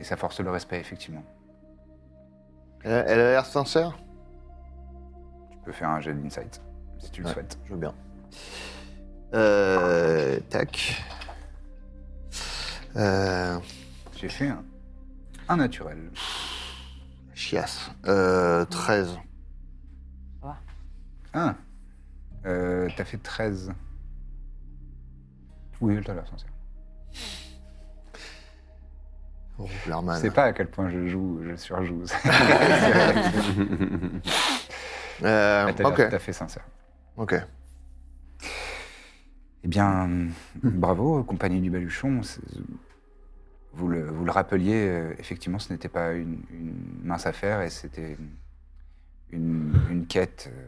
S1: et ça force le respect, effectivement.
S3: Elle a elle a l'air sincère
S1: Tu peux faire un jet d'insight, si tu le
S3: Ouais.
S1: souhaites.
S3: Je veux bien. Euh, tac. Euh,
S1: J'ai fait un, un naturel.
S3: chiasse. Euh, 13.
S1: Ah Euh, T'as fait 13. Oui, t'as l'air sincère.
S3: Oh,
S1: Je
S3: Blarman.
S1: sais pas à quel point je joue, je surjoue.
S3: Euh,
S1: t'as
S3: ok,
S1: l'air tout à fait sincère.
S3: ok.
S1: Eh bien, bravo, compagnie du Baluchon. C'est- Vous le, vous le rappeliez, euh, effectivement, ce n'était pas une, une mince affaire et c'était une, une quête euh,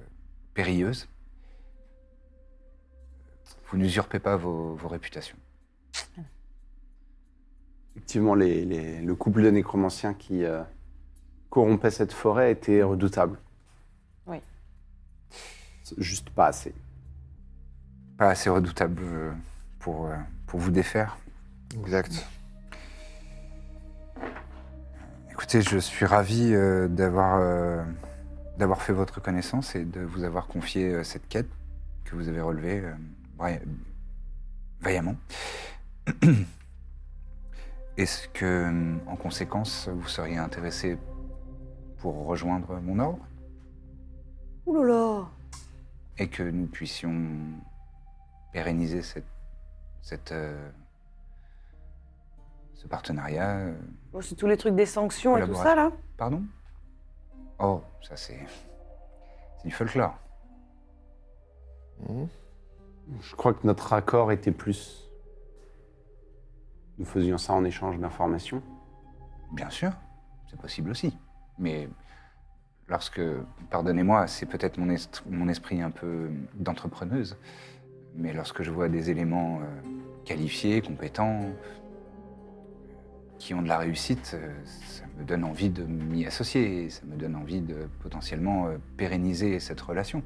S1: périlleuse. Vous n'usurpez pas vos, vos réputations.
S5: Effectivement, les- les- le couple de nécromanciens qui euh, corrompait cette forêt était redoutable.
S2: Oui.
S5: C'est Juste pas assez.
S1: Pas assez redoutable euh, pour, euh, pour vous défaire.
S3: Exact.
S1: Écoutez, je suis ravi euh, d'avoir euh, d'avoir fait votre connaissance et de vous avoir confié euh, cette quête que vous avez relevée euh, bri- vaillamment. Est-ce que, euh, en conséquence, vous seriez intéressé pour rejoindre mon ordre
S4: Ouh là là
S1: et que nous puissions pérenniser cette, cette, euh, ce partenariat euh,
S4: Bon, Oh, C'est tous les trucs des sanctions et tout
S1: Collaboration.
S4: ça, là
S1: Pardon Oh, ça c'est. C'est du folklore.
S3: Mhm.
S5: Je crois que notre accord était plus. Nous faisions ça en échange d'informations.
S1: Bien sûr, c'est possible aussi. Mais lorsque, pardonnez-moi, c'est peut-être mon, est- mon esprit un peu d'entrepreneuse, mais lorsque je vois des éléments euh, qualifiés, compétents, euh, qui ont de la réussite, euh, ça me donne envie de m'y associer, et ça me donne envie de potentiellement euh, pérenniser cette relation.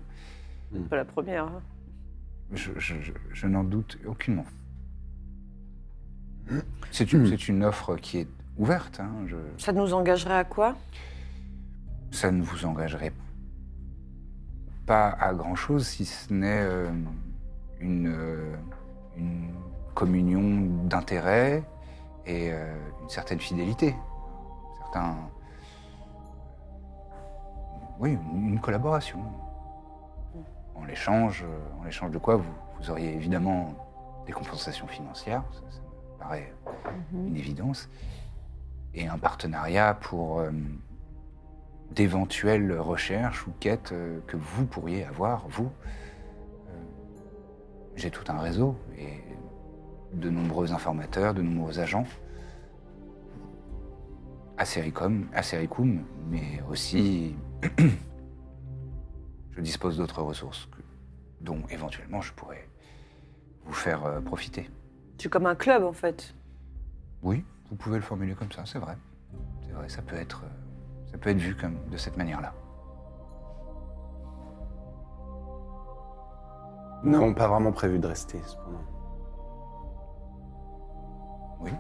S4: Pas la première. hein.
S1: Je, je- je- je n'en doute aucunement. C'est une, c'est une offre qui est ouverte. hein, je-
S4: Ça nous engagerait à quoi
S1: ça ne vous engagerait pas à grand-chose si ce n'est euh, une, euh, une communion d'intérêt et euh, une certaine fidélité. Certains- euh, Oui, une une collaboration. En l'échange, euh, en l'échange de quoi vous, vous auriez évidemment des compensations financières, ça, ça me paraît une évidence, et un partenariat pour euh, d'éventuelles recherches ou quêtes euh, que vous pourriez avoir, vous. Euh, J'ai tout un réseau et de nombreux informateurs, de nombreux agents. À Sericom, à Sericum, mais aussi je dispose d'autres ressources que- dont éventuellement je pourrais vous faire euh, profiter.
S4: C'est comme un club en fait.
S1: Oui, vous pouvez le formuler comme ça, c'est vrai. C'est vrai, ça peut être, euh, ça peut être vu comme de cette manière-là.
S5: Nous n'avons pas vraiment prévu de rester, cependant.
S1: Oui.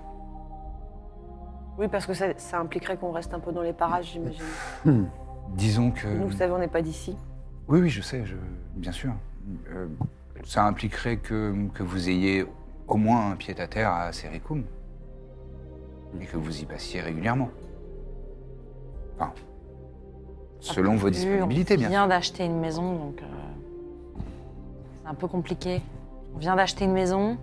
S4: Oui, parce que ça, ça impliquerait qu'on reste un peu dans les parages, j'imagine.
S1: Disons que.
S4: Nous, vous savez, on n'est pas d'ici.
S1: Oui, oui, je sais, je- bien sûr. Euh, ça impliquerait que, que vous ayez au moins un pied à terre à Sericum. Et que vous y passiez régulièrement. Enfin, selon vos disponibilités, bien
S2: On
S1: sûr.
S2: vient d'acheter une maison, donc euh, c'est un peu compliqué. On vient d'acheter une maison.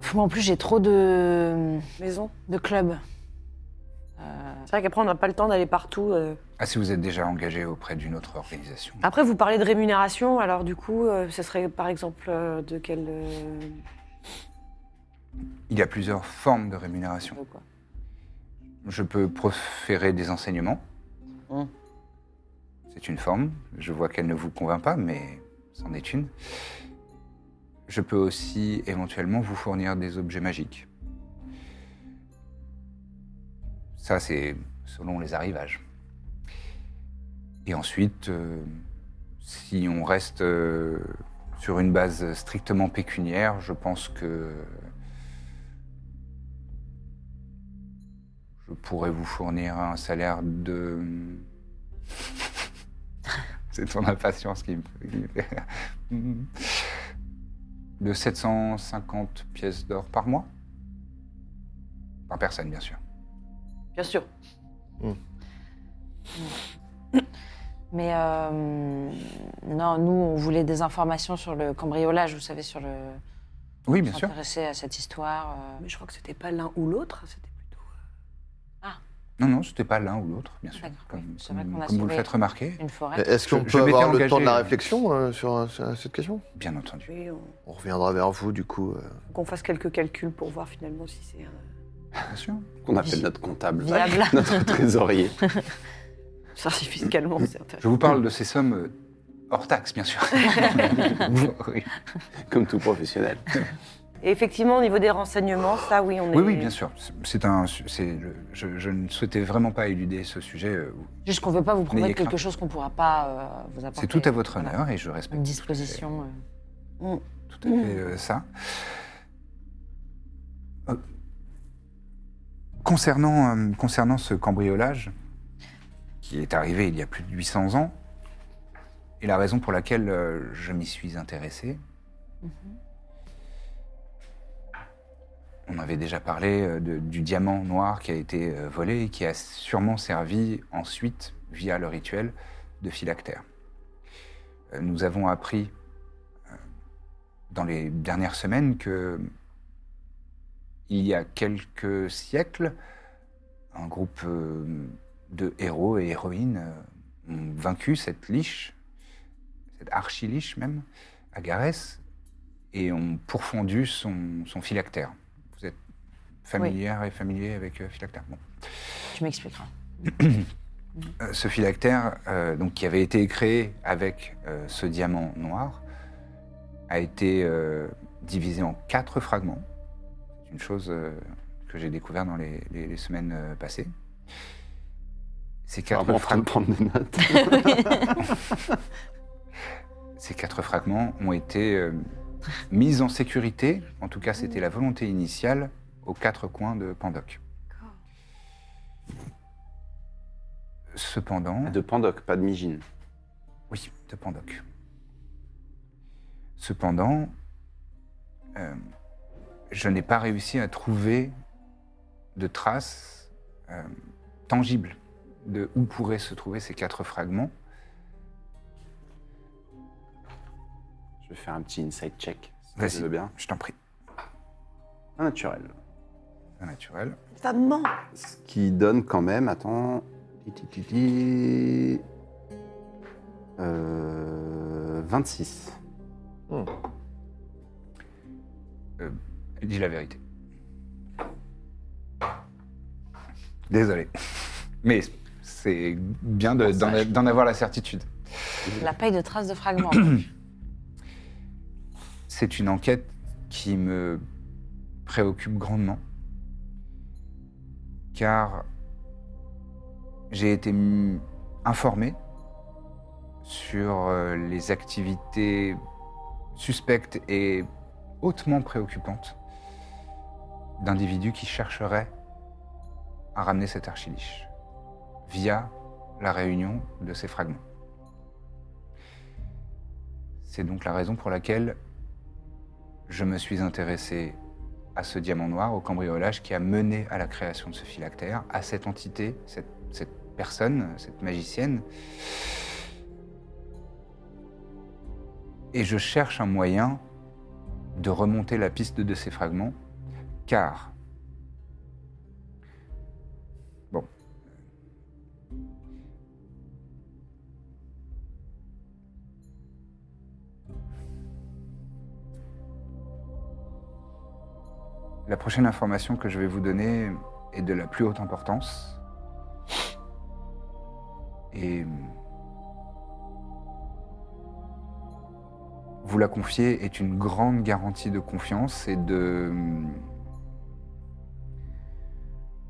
S2: Pff, moi, en plus, j'ai trop de,
S4: Maison.
S2: de clubs.
S4: C'est vrai qu'après, on n'a pas le temps d'aller partout. euh.
S1: Ah, si vous êtes déjà engagé auprès d'une autre organisation.
S4: Après, vous parlez de rémunération, alors du coup, euh, ce serait par exemple euh, de quel. euh,
S1: Il y a plusieurs formes de rémunération.
S4: quoi.
S1: Je peux proférer des enseignements.
S2: Hmm.
S1: C'est une forme. Je vois qu'elle ne vous convainc pas, mais c'en est une. Je peux aussi éventuellement vous fournir des objets magiques. Ça, c'est selon les arrivages. Et ensuite, euh, si on reste euh, sur une base strictement pécuniaire, je pense que je pourrais vous fournir un salaire de... C'est ton impatience qui me... qui me fait- de 750 pièces d'or par mois. Par personne, bien sûr.
S4: Bien sûr.
S2: Mais euh, non, nous, on voulait des informations sur le cambriolage, vous savez, sur le.
S1: Oui, bien sûr.
S2: S'intéresser à cette histoire. euh.
S4: Mais je crois que c'était pas l'un ou l'autre, c'était plutôt.
S1: Non, non, c'était pas l'un ou l'autre, bien sûr.
S2: D'accord,
S1: Comme,
S2: oui, c'est vrai
S1: comme-
S2: qu'on a
S1: comme vous le
S2: sauvé.
S1: faites remarquer,
S2: Une forêt.
S3: Est-ce qu'on
S1: Je-
S3: peut
S1: je m'étais
S3: avoir le temps de la
S1: engagé.
S3: réflexion euh, sur, euh, sur cette question
S1: bien entendu.
S4: Oui, on-
S3: On reviendra vers vous, du coup. euh.
S4: faut qu'on fasse quelques calculs pour voir finalement si c'est. euh, un-
S1: Bien sûr.
S5: On appelle notre comptable,
S2: Viable.
S5: notre trésorier.
S4: Ça, c'est fiscalement, c'est intéressant.
S1: Je vous parle de ces sommes euh, hors taxes, bien sûr. oui.
S5: Comme tout professionnel.
S4: Et effectivement, au niveau des renseignements, ça, oui, on est.
S1: Oui, oui, bien sûr. C'est- C'est un, su- c'est le- je, je ne souhaitais vraiment pas éluder ce sujet. euh,
S2: Juste qu'on ne veut pas vous promettre
S1: N'ayez crainte.
S2: quelque chose qu'on ne pourra pas euh, vous apporter.
S1: C'est tout à votre
S2: Voilà.
S1: honneur et je respecte
S2: Une disposition. euh.
S1: tout à fait euh, ça. Euh, Concernant, euh, concernant ce cambriolage qui est arrivé il y a plus de 800 ans, et la raison pour laquelle euh, je m'y suis intéressé, on avait déjà parlé euh, de- du diamant noir qui a été euh, volé et qui a sûrement servi ensuite, via le rituel, de phylactère. Euh, Nous avons appris dans les dernières semaines que il y a quelques siècles, un groupe euh, de héros et héroïnes euh, ont vaincu cette liche, cette archiliche même, à Garès, et ont pourfondu son, son phylactère. Vous êtes familière et familier avec euh, phylactère Bon.
S2: Tu m'expliqueras.
S1: Euh, ce phylactère, euh, donc, qui avait été créé avec euh, ce diamant noir, a été euh, divisé en quatre fragments. C'est une chose euh, que j'ai découvert dans les, les- les semaines euh, passées. Ces quatre,
S5: Vraiment en train de
S1: fragments-
S5: prendre des notes.
S1: ces quatre fragments ont été euh, mis en sécurité, en tout cas c'était la volonté initiale, aux quatre coins de Pandoc. Cependant...
S5: De Pandoc, pas de Mijin.
S1: Oui, de Pandoc. Cependant, euh, je n'ai pas réussi à trouver de traces euh, tangibles de où pourraient se trouver ces quatre fragments.
S5: Je vais faire un petit inside check. Si tu
S1: Vas-y.
S5: veux bien.
S1: Je t'en prie.
S5: Un naturel.
S1: Un naturel.
S4: Ça me ment.
S5: Ce qui donne quand même, attends. Ti, ti, ti, ti. Euh, 26.
S1: Elle dit la vérité. Désolé. Mais c'est bien de- d'en d'en avoir la certitude.
S2: La paille de traces de fragments.
S1: C'est une enquête qui me préoccupe grandement, car j'ai été m- informé sur euh, les activités suspectes et hautement préoccupantes d'individus qui chercheraient à ramener cet archiliche via la réunion de ces fragments. C'est donc la raison pour laquelle je me suis intéressé à ce diamant noir, au cambriolage qui a mené à la création de ce phylactère, à cette entité, cette, cette personne, cette magicienne. Et je cherche un moyen de remonter la piste de ces fragments, car... Bon. La prochaine information que je vais vous donner est de la plus haute importance. Et vous la confier est une grande garantie de confiance et de...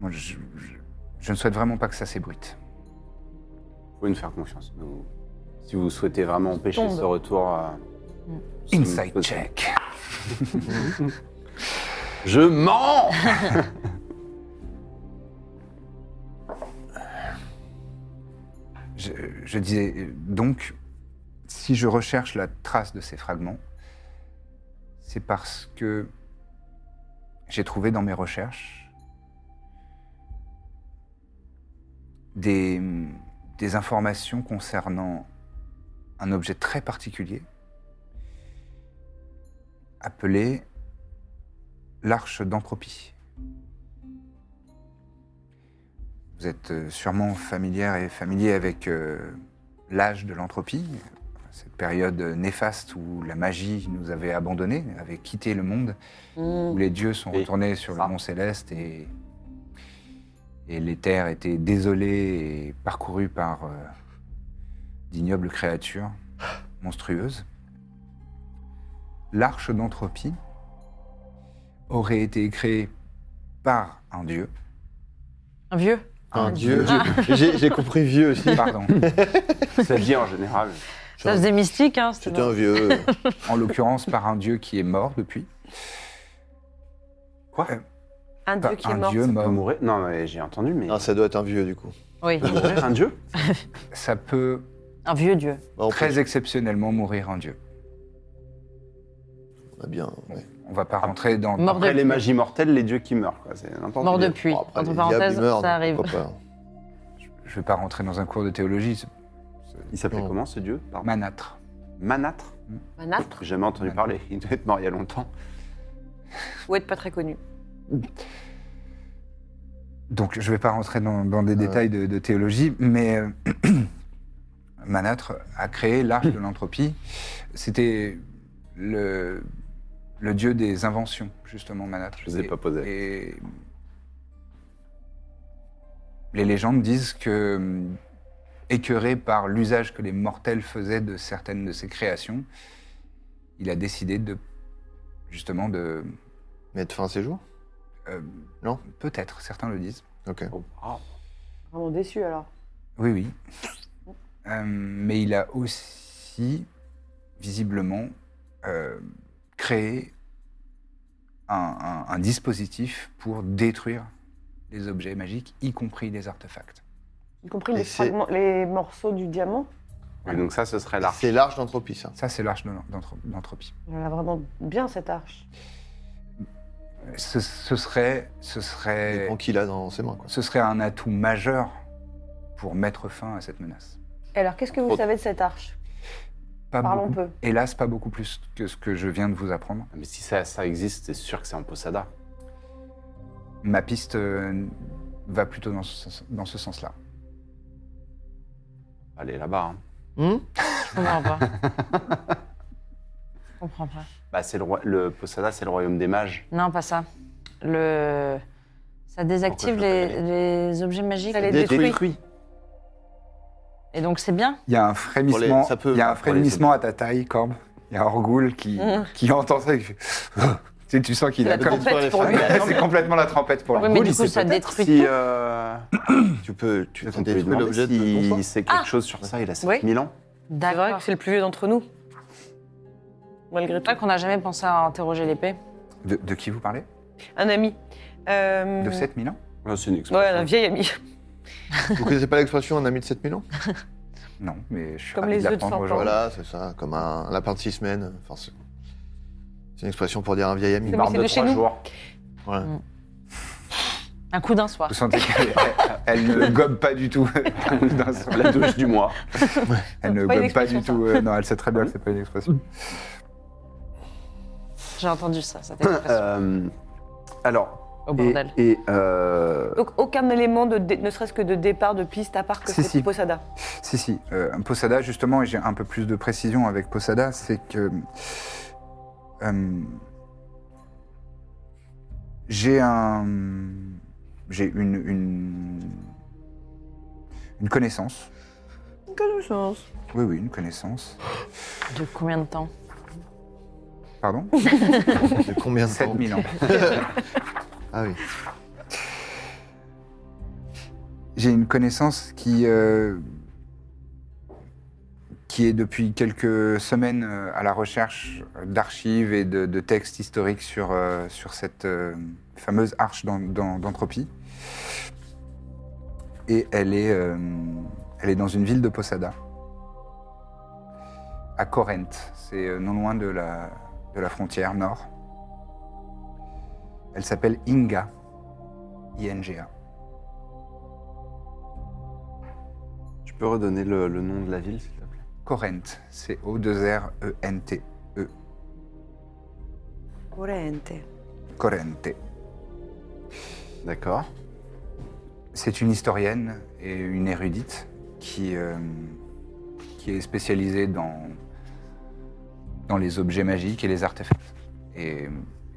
S1: Moi, je, je- je ne souhaite vraiment pas que ça s'ébruite.
S5: Vous pouvez nous faire confiance. Nous- si vous souhaitez vraiment empêcher
S2: Tombe. Mm.
S5: ce retour à.
S1: Inside check.
S5: Je mens
S1: Je, je disais euh, donc, si je recherche la trace de ces fragments, c'est parce que j'ai trouvé dans mes recherches des, des informations concernant un objet très particulier appelé l'arche d'entropie. Vous êtes euh, sûrement familière et familier avec euh, l'âge de l'entropie, cette période euh, néfaste où la magie nous avait abandonnés, avait quitté le monde, où les dieux sont
S5: Oui,
S1: retournés sur
S5: ça.
S1: le mont céleste et, et les terres étaient désolées et parcourues par euh, d'ignobles créatures monstrueuses. L'arche d'entropie aurait été créée par un dieu,
S2: Un vieux
S3: Un dieu. J'ai j'ai compris vieux aussi.
S1: pardon,
S5: Ça dit en général.
S1: Bah
S2: Ça faisait mystique, hein
S3: C'était un vieux.
S1: En l'occurrence, par un dieu qui est mort depuis. Quoi
S4: Un dieu qui
S1: Un
S4: est mort.
S1: dieu
S4: ça-
S1: mort.
S5: Peut mourir Non, mais j'ai entendu, mais.
S1: Ah,
S3: Non, Ah, ça doit être un vieux du coup.
S2: Oui,
S5: peut mourir un dieu
S1: Ça peut
S2: un vieux dieu.
S3: Bah, on, peut-
S1: très exceptionnellement mourir un dieu.
S3: on a bien. ouais.
S1: On va
S5: Ah.
S1: pas rentrer dans.
S2: Mort
S5: Après
S2: de-
S5: les magies mortelles, les dieux qui meurent, quoi. C'est n'importe
S2: Mort
S5: quoi.
S2: de puits.
S3: Bon, après,
S2: Entre
S3: les
S2: parenthèses,
S3: diables, ils meurent,
S2: ça
S3: donc
S2: arrive.
S3: pourquoi pas.
S1: Je vais pas rentrer dans un cours de théologie. c'est
S5: Il s'appelait
S1: Oh.
S3: Non.
S5: comment ce dieu Pardon.
S1: Manâtre.
S5: Manâtre
S2: Un âtre
S5: J'ai jamais entendu
S1: Manâtre.
S5: parler. Il doit être mort il y a longtemps.
S4: Ou être pas très connu.
S1: Donc, je vais pas rentrer dans, dans
S5: Euh.
S1: des détails de, de théologie, mais euh, Manâtre a créé l'arche de l'entropie. C'était le, le dieu des inventions, justement, Manâtre.
S5: Je ne ai
S1: Et-
S5: pas posé.
S1: Et les légendes disent que, hum, écœuré par l'usage que les mortels faisaient de certaines de ses créations, il a décidé de justement de
S3: Mettre fin à ses jours
S1: euh,
S3: Non.
S1: peut-être certains le disent
S3: Ok.
S5: Oh, ah.
S4: Vraiment déçu Oh, alors.
S1: oui oui Euh, mais il a aussi visiblement euh, créé un- un- un dispositif pour détruire les objets magiques y compris les artefacts
S4: Y compris
S3: Et
S4: les,
S3: c'est-
S4: fragments- les morceaux du diamant.
S5: Oui, donc ça, ce serait l'arche.
S3: C'est l'arche d'entropie, ça.
S1: Ça, c'est l'arche de l'en- d'entro- d'entropie.
S4: On a vraiment bien cette arche.
S1: Ce, ce serait, ce
S3: Ça
S1: serait,
S3: dépend qui l'a dans ses mains, hein, quoi.
S1: ce serait un atout majeur pour mettre fin à cette menace.
S4: Et alors, qu'est-ce que vous
S5: Trop-
S4: savez de cette arche
S1: Pas
S4: Parlons
S1: beaucoup,
S4: peu.
S1: Hélas, pas beaucoup plus que ce que je viens de vous apprendre.
S5: Mais si ça, ça existe, c'est sûr que c'est en Posada.
S1: Ma piste euh, va plutôt dans ce, dans ce sens-là.
S5: Allez là-bas. hein.
S3: Hmm
S2: Je comprends pas. Je comprends pas.
S5: Bah, c'est le, roi- le Posada, c'est le royaume des mages.
S2: Non, pas ça. Le... Ça désactive
S5: Pourquoi je le
S2: les, les objets magiques.
S4: Ça les
S3: Détruit.
S4: détruit.
S2: Et donc c'est bien
S1: Il y a un frémissement,
S3: ça peut-
S1: il y a un
S3: pour les
S1: frémissement à ta taille, Corbe. Il y a Orgoul qui, qui entend ça et qui fait... Oh, Tu sais, tu sens qu'il
S2: La
S1: a comme...
S2: trompette pour lui.
S1: C'est complètement la trompette pour lui.
S2: Oui, mais du coup, ça détruit
S5: Si,
S2: tout.
S5: euh,
S3: Tu peux, tu
S5: peut-être qu'on peut lui
S3: détruire
S5: demander
S3: l'objet de
S5: s'il
S3: ton choix.
S5: sait quelque chose sur ça. Il a 7000 ans.
S6: C'est vrai
S2: D'accord.
S6: que c'est le plus vieux d'entre nous. Malgré
S2: C'est
S6: tout.
S2: vrai qu'on n'a jamais pensé à interroger l'épée.
S1: De, de qui vous parlez
S6: Un ami. Euh,
S4: Mmh.
S1: De 7000 ans
S5: Ah, c'est une
S6: Ouais,
S5: expression.
S6: un vieil ami.
S3: Vous connaissez pas l'expression un ami de 7000 ans
S1: Non, mais je suis
S6: Comme
S1: ravi
S6: les
S1: de
S6: œufs de
S1: l'apprendre
S6: cent ans.
S1: aujourd'hui.
S3: Voilà, c'est ça, comme un lapin de 6 semaines. Enfin, c'est c'est une expression pour dire un vieil ami.
S6: C'est
S5: Une
S6: bon.
S5: barbe
S6: mais
S5: de
S6: de chez
S5: 3
S6: nous.
S5: jours.
S3: Voilà.
S2: Un coup d'un soir.
S1: Vous sentez qu'elle elle ne gobe pas du tout. Dans son-
S5: La douche du mois.
S1: elle ne
S6: pas une
S1: gobe pas
S6: expression,
S1: du tout. euh, non, elle sait très bien que c'est pas une expression.
S5: Mm.
S2: J'ai entendu ça, cette expression.
S5: Euh, alors.
S2: Au
S5: et-
S2: bordel.
S5: Et, euh,
S4: Donc, aucun élément, de dé- ne serait-ce que de départ, de piste, à part que
S1: Si,
S4: c'est
S1: si.
S4: Posada.
S1: Si, si. euh, un Posada, justement, et j'ai un peu plus de précision avec Posada, c'est que. euh, j'ai un. J'ai une, une. Une connaissance. Oui, oui, une connaissance.
S2: De combien de temps
S1: Pardon
S3: De combien de temps
S1: 7000 ans.
S3: Ah oui.
S1: J'ai une connaissance qui, euh, qui est depuis quelques semaines euh, à la recherche d'archives et de, de textes historiques sur, euh, sur cette euh, fameuse arche d'en- d'en- d'entropie. Et elle est, euh, elle est dans une ville de Posada, à Corrente. C'est euh, non loin de la, de la frontière nord. Elle s'appelle Inga, I-N-G-A.
S5: tu peux redonner le, le nom de la ville, s'il te plaît
S1: Corrent, E C-O-2-R-E-N-T, Corrente.
S5: D'accord.
S1: C'est une historienne et une érudite qui, euh, qui est spécialisée dans, dans les objets magiques et les artefacts. Et euh,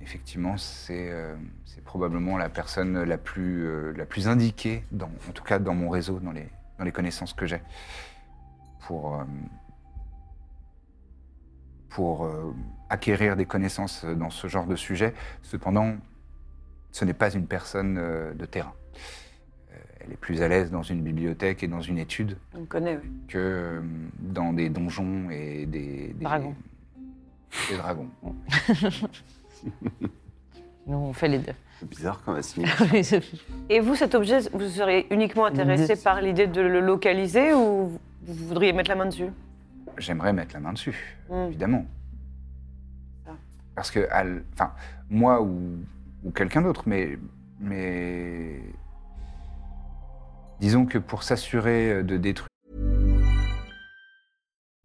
S1: effectivement, c'est euh, c'est probablement la personne la plus, euh, la plus indiquée, dans, en tout cas dans mon réseau, dans les, dans les connaissances que j'ai, pour, euh, pour euh, acquérir des connaissances dans ce genre de sujet. Cependant, ce n'est pas une personne euh, de terrain elle est plus à l'aise dans une bibliothèque et dans une étude
S4: On connaît, oui.
S1: que euh, dans des donjons et des, des-
S2: Dragons.
S1: Des dragons.
S2: Nous, on fait les deux.
S5: C'est bizarre qu'on assimile.
S4: Et vous, cet objet, vous seriez uniquement intéressé
S2: Des-
S4: par l'idée de le localiser ou vous voudriez mettre la main dessus
S1: J'aimerais mettre la main dessus,
S4: Mm.
S1: évidemment.
S4: Ah.
S1: Parce que, à l- enfin, moi ou, ou quelqu'un d'autre, mais, mais disons que pour s'assurer euh, de détruire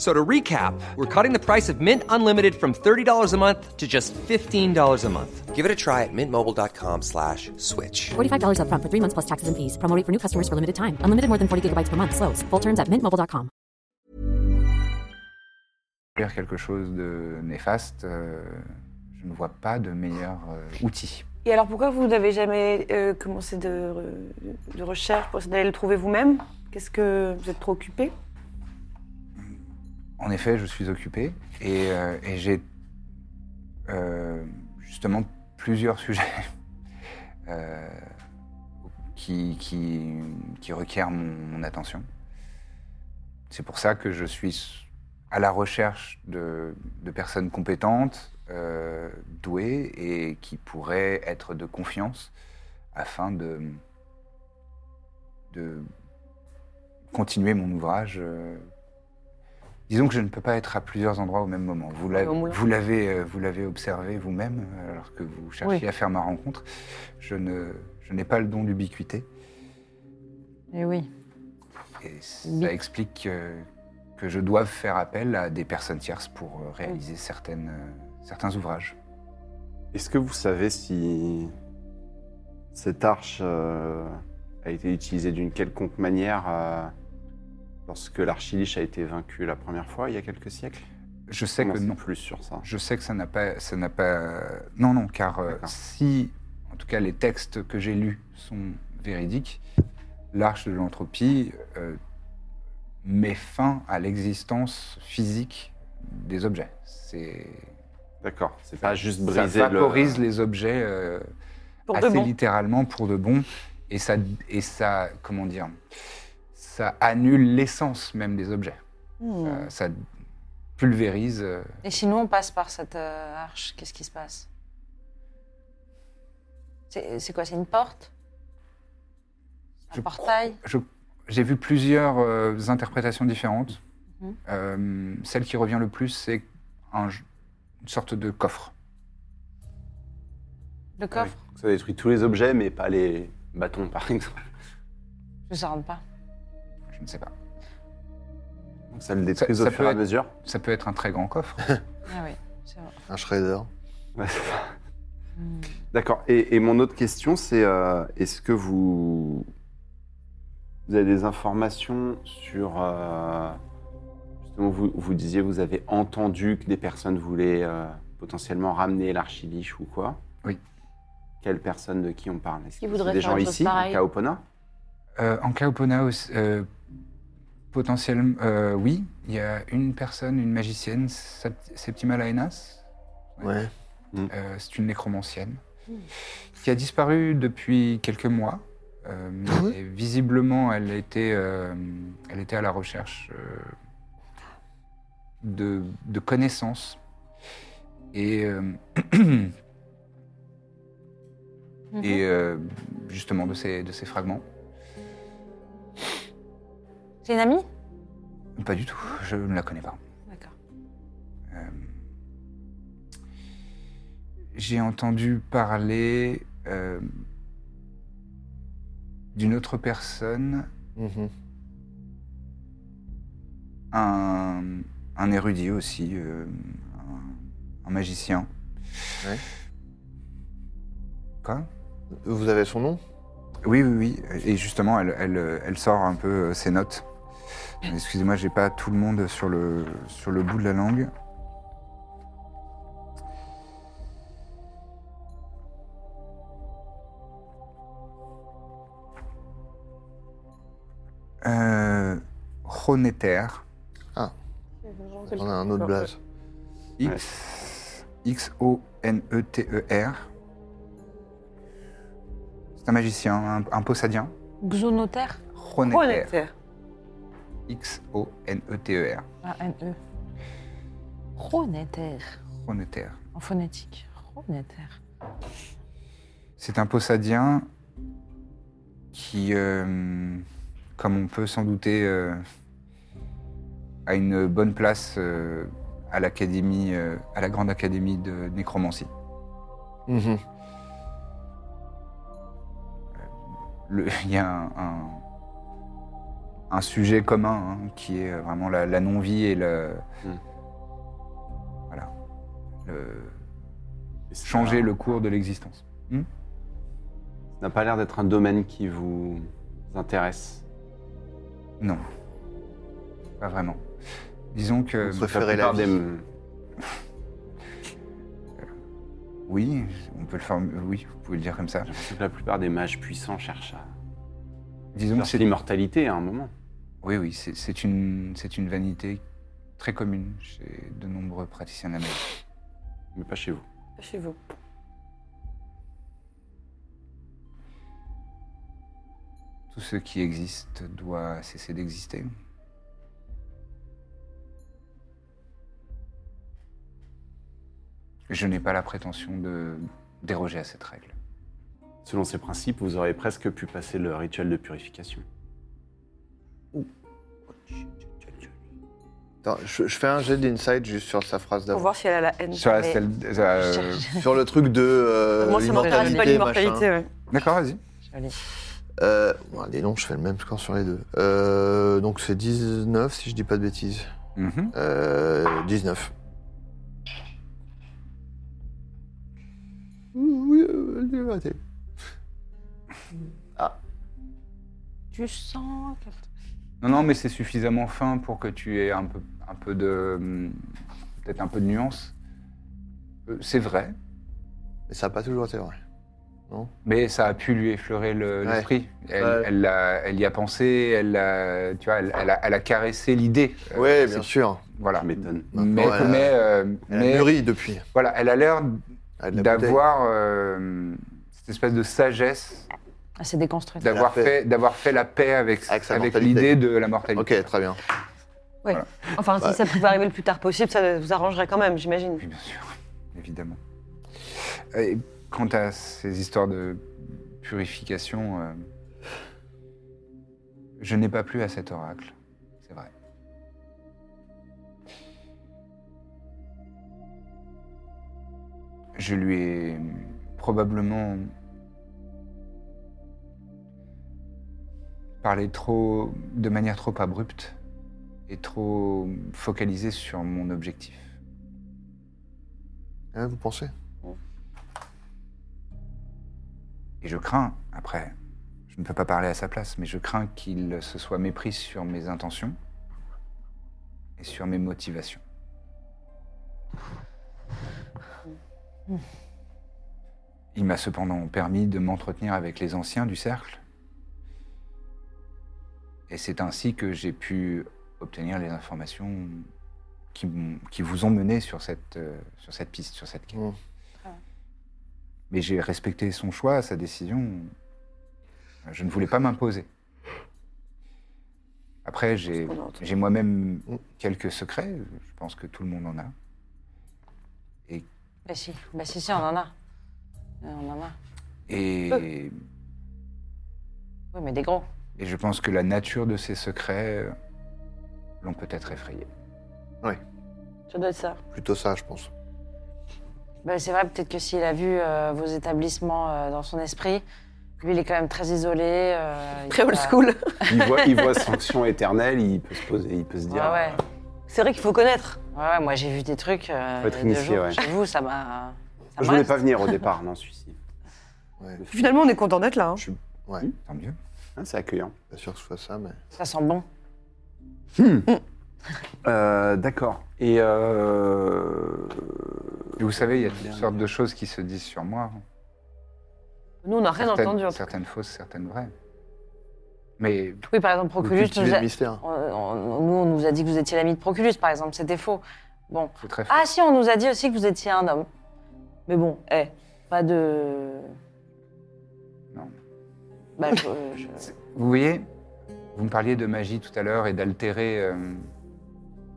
S7: So to recap, we're cutting the price of Mint Unlimited from $30 a month to just $15 a month. Give it a try at mintmobile.com slash switch.
S8: $45 upfront for three months plus taxes and fees. Promoting for new customers for limited time. Unlimited more than 40 gigabytes per month. Slows. Full terms at mintmobile.com.
S1: quelque chose de néfaste, euh, je ne vois pas de meilleur euh, outil.
S4: Et alors, pourquoi vous n'avez jamais euh, commencé de, re- de recherche pour essayer d'aller le trouver vous-même Qu'est-ce que vous êtes trop occupé
S1: En effet, je suis occupé et, euh, et j'ai euh, justement plusieurs sujets euh, qui, qui, qui requièrent mon, mon attention. C'est pour ça que je suis à la recherche de, de personnes compétentes, euh, douées et qui pourraient être de confiance afin de, de continuer mon ouvrage. euh. Disons que je ne peux pas être à plusieurs endroits au même moment. Vous l'avez,
S4: au moulin.
S1: vous l'avez, euh, vous l'avez observé vous-même, euh, alors que vous cherchiez à faire ma rencontre. Je, ne, je n'ai pas le don d'ubiquité.
S2: Et oui.
S1: Et ça explique euh, que je dois faire appel à des personnes tierces pour euh, réaliser certaines, euh, certains ouvrages.
S5: Est-ce que vous savez si cette arche euh, a été utilisée d'une quelconque manière euh, lorsque l'archiliche a été vaincu la première fois il y a quelques siècles
S1: Je sais
S5: On en
S1: que
S5: sait
S1: non.
S5: plus sur ça.
S1: Je sais que ça n'a pas, ça n'a pas. Non, non, car euh,
S5: D'accord.
S1: si, en tout cas, les textes que j'ai lus sont véridiques, l'arche de l'entropie euh, met fin à l'existence physique des objets. C'est
S5: D'accord, c'est pas juste
S1: ça
S5: briser
S1: vaporise
S5: le...
S1: les objets euh,
S4: Pour de
S1: assez
S4: bon.
S1: littéralement pour de bon, et ça, et ça, comment dire, ça annule l'essence même des objets.
S4: Hmm.
S1: Euh, ça pulvérise. euh,
S2: Et si nous, on passe par cette euh, arche, qu'est-ce qui se passe C'est c'est quoi C'est une porte Un
S1: Je
S2: portail
S1: je- j'ai vu plusieurs euh, interprétations différentes.
S2: Mhm.
S1: Euh, celle qui revient le plus, c'est un- une sorte de coffre.
S2: Le coffre
S5: Ça détruit tous les objets, mais pas les bâtons, par exemple.
S2: Je ne rentre pas.
S1: Je ne sais pas.
S5: Donc ça le détruit
S1: Ça-
S5: au
S1: ça
S5: fur
S1: peut
S5: et à
S1: être-
S5: mesure.
S1: Ça peut être un très grand coffre.
S2: Ah oui, c'est vrai.
S3: Un Shredder.
S5: Ouais, c'est ça. D'accord. Et, et mon autre question, c'est euh, est-ce que vous... vous avez des informations sur... euh, justement, vous, vous disiez vous avez entendu que des personnes voulaient euh, potentiellement ramener l'archiliche ou quoi
S1: Oui.
S5: Quelles personnes de qui on parle Est-ce que
S4: Qui
S5: c'est
S4: voudraient
S5: des
S4: faire
S5: gens
S4: une chose
S5: ici,
S4: pareille
S5: à Opona
S1: Euh, en Kaopona, aussi, euh, potentiellement, euh, oui, il y a une personne, une magicienne, Sept- Septima Laenas,
S3: Ouais.
S1: euh, c'est une nécromancienne, qui a disparu depuis quelques mois. Euh, et visiblement, elle était, euh, elle était à la recherche euh, de, de connaissances. Et, euh, et euh, justement de ces, de ces fragments.
S2: C'est une amie
S1: Pas du tout, je ne la connais pas. Euh,
S2: D'accord.
S1: J'ai entendu parler euh, d'une autre personne,
S3: Mhm.
S1: un, un érudit aussi, euh, un, un magicien.
S3: Ouais.
S1: Quoi
S3: Vous avez son nom
S1: Oui, oui, oui. Et justement, elle, elle- elle sort un peu euh, ses notes. Excusez-moi, j'ai pas tout le monde sur le, sur le bout de la langue. Euh, Honeter,
S3: On a un autre blaze.
S1: X, E X-O-N-E-T-E-R. C'est un magicien, un, un possadien.
S2: Xonotaire
S1: Honeter. X-O-N-E-T-E-R.
S2: A-N-E. Chronétaire.
S1: Chronétaire.
S2: En phonétique. Chronétaire.
S1: C'est un possadien qui, euh, comme on peut s'en douter, euh, a une bonne place euh, à l'académie, euh, à la grande académie de nécromancie.
S3: Mhm.
S1: Le- Il y a un, un- un sujet commun hein, qui est vraiment la, la non-vie et le.
S5: Mm.
S1: Voilà. Le-
S5: Est-ce que
S1: changer
S5: ça-
S1: le cours de l'existence.
S5: Ça n'a pas l'air d'être un domaine qui vous intéresse.
S1: Non. Pas vraiment. Disons que.
S3: On Préférez la
S5: plupart
S3: vie.
S1: Euh, Oui, on peut le faire. Oui, vous pouvez le dire comme ça.
S5: j'ai l'impression que la plupart des mages puissants cherchent à
S1: Disons
S5: faire
S1: que c'est.
S5: l'immortalité à un moment.
S1: Oui, oui, c'est- c'est une, c'est une vanité très commune chez de nombreux praticiens de la magie.
S5: Mais pas chez vous.
S4: Chez vous.
S1: Tout ce qui existe doit cesser d'exister. Je n'ai pas la prétention de déroger à cette règle.
S5: Selon ces principes, vous aurez presque pu passer le rituel de purification.
S3: Attends, je, je fais un jet d'insight juste sur sa phrase
S4: Pour
S3: d'avant.
S4: voir si elle a la haine.
S1: Sur la
S4: Mais-
S1: celle- euh,
S3: Sur le truc de euh,
S4: Moi, ça m'intéresse pas
S3: l'immortalité,
S4: l'immortalité.
S3: machin.
S4: ouais.
S1: D'accord, vas-y.
S3: Euh, bon, allez, non, je fais le même score sur les deux. Euh, donc c'est 19 si je dis pas de bêtises.
S1: Mhm.
S3: Euh, 19.
S2: Tu sens. que-
S1: Non, non, mais c'est suffisamment fin pour que tu aies un peu, un peu de. hum, Peut-être un peu de nuance. Euh, C'est vrai,
S3: Mais ça n'a pas toujours été vrai.
S1: mais ça a pu lui effleurer le-
S3: Ouais.
S1: l'esprit. Elle,
S3: Ouais.
S1: elle l'a- elle y a pensé, elle, l'a- tu vois, elle, elle a, elle a caressé l'idée. Euh,
S3: oui,
S1: c'est-
S3: bien sûr.
S1: Voilà.
S5: Je m'étonne.
S1: Mais,
S3: Maintenant, elle a-
S1: mais, euh,
S3: Elle
S1: mais
S3: a mûri depuis.
S1: voilà, elle a l'air
S3: Elle a de la
S1: d'avoir euh, cette espèce de sagesse,
S2: Ah, c'est déconstruit.
S1: d'avoir
S3: Elle a fait-
S1: fait, d'avoir fait la paix avec,
S3: Avec
S1: avec,
S3: sa mortalité.
S1: l'idée de la
S3: bouteille.
S1: mortalité.
S3: Ok, très bien.
S4: Enfin,
S3: Ouais.
S4: si ça pouvait arriver le plus tard possible, ça vous arrangerait quand même, j'imagine.
S1: Oui, bien sûr, évidemment. Et quant à ces histoires de purification, euh, je n'ai pas plu à cet oracle, c'est vrai. Je lui ai probablement parlé trop, de manière trop abrupte et trop focalisée sur mon objectif.
S3: Hein, vous pensez
S1: Et je crains, après, je ne peux pas parler à sa place, mais je crains qu'il se soit mépris sur mes intentions et sur mes motivations. Il m'a cependant permis de m'entretenir avec les anciens du cercle. Et c'est ainsi que j'ai pu obtenir les informations qui, m'ont- qui vous ont mené sur cette, euh, sur cette piste, sur cette quête.
S3: Mm.
S1: Mais j'ai respecté son choix, sa décision. Je ne voulais pas m'imposer. Après, j'ai
S4: qu'on a entendu.
S1: j'ai moi-même
S3: Mm.
S1: quelques secrets. Je pense que tout le monde en a.
S2: Bah si, bah si, si, on en a. Euh, On en a.
S1: Et,
S4: Ah.
S2: Oui, mais des gros.
S1: et je pense que la nature de ces secrets euh, l'ont peut-être effrayé.
S4: Ça doit être ça.
S3: Plutôt ça, je pense.
S2: Bah, c'est vrai, peut-être que s'il a vu euh, vos établissements euh, dans son esprit, lui, il est quand même très isolé. euh, il
S4: Très old
S2: va-
S4: school.
S5: Il voit, il voit sanction éternelle, il peut se poser, il peut se dire.
S2: Ouais, Ah ouais.
S5: euh,
S4: C'est vrai qu'il faut connaître.
S2: Ouais, ouais, moi, j'ai vu des trucs. Euh,
S5: Faut être
S2: il y a deux
S5: initié,
S2: jours,
S5: ouais.
S2: Chez vous, ça m'a. ça
S5: je
S2: m'a-
S5: voulais pas venir au départ, non, celui-ci.
S3: Ouais.
S5: Le film.
S4: Finalement, on est content d'être là. hein.
S1: Tant mieux.
S5: Hein, c'est accueillant.
S3: Pas sûr que ce soit ça, mais.
S2: Ça sent bon.
S5: Euh, D'accord. Et euh...
S1: Et vous savez, il y a toutes sortes de choses qui se disent sur moi.
S4: Nous, on n'a rien
S1: certaines,
S4: entendu. en tout cas.
S1: certaines fausses, certaines vraies. Mais
S2: Oui, par exemple,
S3: Vous
S2: Proculus,
S3: cultivez
S2: nous
S3: le
S2: a-
S3: mystère.
S2: on- on- nous, on nous a dit que vous étiez l'ami de Proculus, par exemple. C'était faux. Bon.
S1: c'est très
S2: Ah si, on nous a dit aussi que vous étiez un homme. Mais bon, eh, pas
S4: Euh,
S2: de...
S1: Non.
S2: Bah,
S4: euh,
S2: je- je-
S1: Vous voyez, vous me parliez de magie tout à l'heure et d'altérer euh,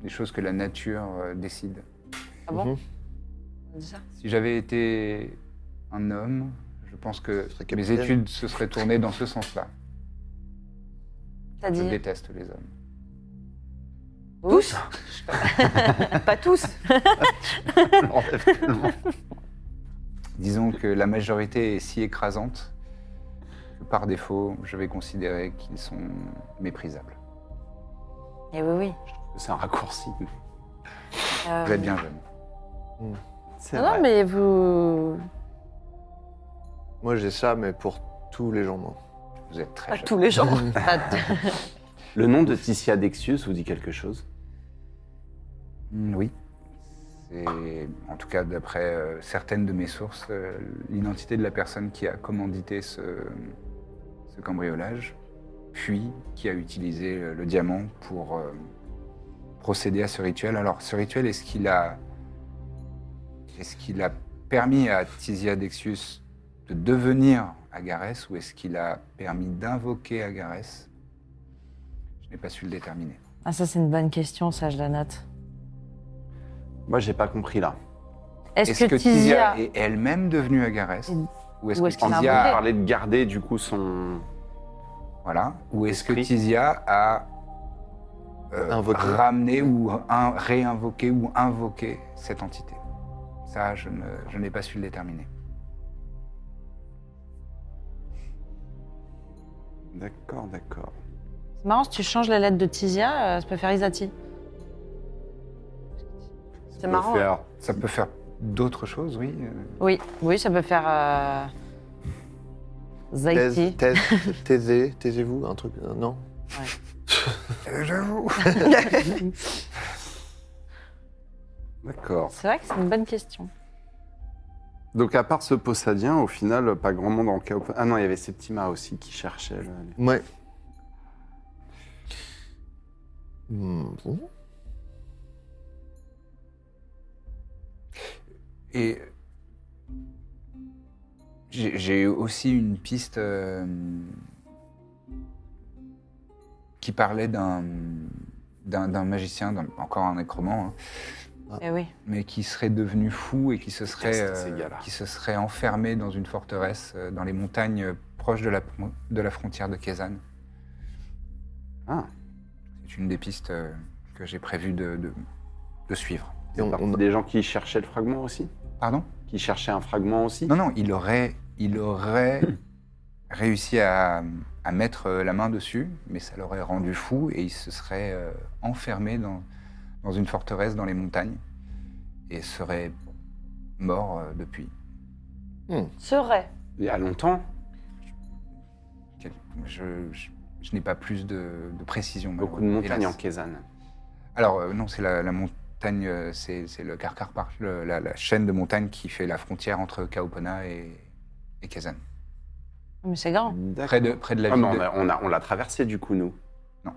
S1: les choses que la nature euh, décide.
S2: Ah bon
S3: Mhm.
S2: on dit ça
S1: Si j'avais été un homme, je pense que
S3: Ce serait
S1: mes
S3: capitaine.
S1: études se seraient tournées dans ce sens-là. Je
S2: C'est-à-dire
S1: déteste les hommes. hein.
S2: Tous
S4: Pas tous.
S1: Disons que la majorité est si écrasante que par défaut, je vais considérer qu'ils sont méprisables.
S2: Eh oui, oui.
S5: c'est un raccourci.
S2: Euh,
S1: Vous êtes bien jeune.
S5: C'est
S2: Ah Non, non,
S5: vrai.
S2: mais vous...
S3: Moi, j'ai ça, mais pour tous les gens, moi.
S1: Vous êtes très
S4: Pas
S1: jeune.
S4: tous les gens.
S2: Pas de-
S5: Le nom de Ticia Dexius vous dit quelque chose
S1: Mm, Oui. C'est, en tout cas, d'après euh, certaines de mes sources, euh, l'identité de la personne qui a commandité ce, ce cambriolage, puis qui a utilisé euh, le diamant pour euh, procéder à ce rituel. Alors, ce rituel, est-ce qu'il a, est-ce qu'il a permis à Tizia Dexius de devenir Agarès ou est-ce qu'il a permis d'invoquer Agarès Je n'ai pas su le déterminer.
S2: Ah, ça, c'est une bonne question, ça, je la note.
S5: Moi, j'ai pas compris là.
S2: Est-ce que, Tizia...
S1: est elle-même devenue Agarès
S2: Ou-
S1: Ou est-ce
S2: ou
S1: que
S2: est-ce qu'il a
S5: On
S1: Tizia
S2: inventé
S5: parlait de garder du coup son.
S1: voilà Ou est-ce que
S5: Esprit.
S1: Tizia a euh,
S3: Invoquer.
S1: ramener ou in- réinvoquer ou invoquer cette entité. Ça, je ne- je n'ai pas su le déterminer.
S5: D'accord, d'accord.
S2: C'est marrant, si tu changes la lettre de Tizia, euh, ça peut faire Isati.
S5: C'est
S4: marrant,
S2: hein.
S1: Ça peut faire d'autres choses, oui. euh,
S2: Oui, oui, ça peut faire. Euh...
S3: Thèse,
S2: Zaiti.
S3: thèse, taisez, taisez-vous, un truc. euh, Non
S1: euh, J'avoue.
S5: D'accord.
S2: C'est vrai que c'est une bonne question.
S5: Donc, à part ce Possadien, au final, pas grand monde en cas. Ah non, il y avait Septima aussi qui cherchait. là.
S3: Ouais. Hmm, bon.
S1: Et j'ai j'ai aussi une piste euh, qui parlait d'un d'un d'un magicien, d'un- encore un écroman, hein,
S2: Eh oui.
S1: mais qui serait devenu fou et qui se serait,
S5: Déteste ces
S1: euh,
S5: gars-là.
S1: qui se serait enfermé dans une forteresse euh, dans les montagnes euh, proches de la, pon- de la frontière de Kezan.
S5: Ah,
S1: C'est une des pistes euh, que j'ai prévu de, de, de suivre.
S3: Et on-
S5: partie
S3: on-
S5: des gens qui cherchaient le fragment aussi
S1: Pardon
S5: Qui cherchaient un fragment aussi
S1: Non, non, il aurait, il aurait réussi à, à mettre euh, la main dessus, mais ça l'aurait rendu fou et il se serait euh, enfermé dans, dans une forteresse dans les montagnes et serait mort euh, depuis.
S4: Serait.
S5: Il y a longtemps.
S1: Quel- Je, je- je n'ai pas plus de, de précision.
S5: Beaucoup de
S1: malheureusement,
S5: montagnes en
S1: Bah, hélas.
S5: Kézanne.
S1: Alors, euh, non, c'est la, la montagne, euh, c'est c'est le Karkar Park, le- la, la chaîne de montagnes qui fait la frontière entre Kaopona et, et Kazan.
S2: Mais c'est grand.
S1: Près de, près de la
S5: Ah,
S1: ville.
S5: mais on
S1: de-
S5: a- on a- on l'a traversé du coup, nous.
S1: Non.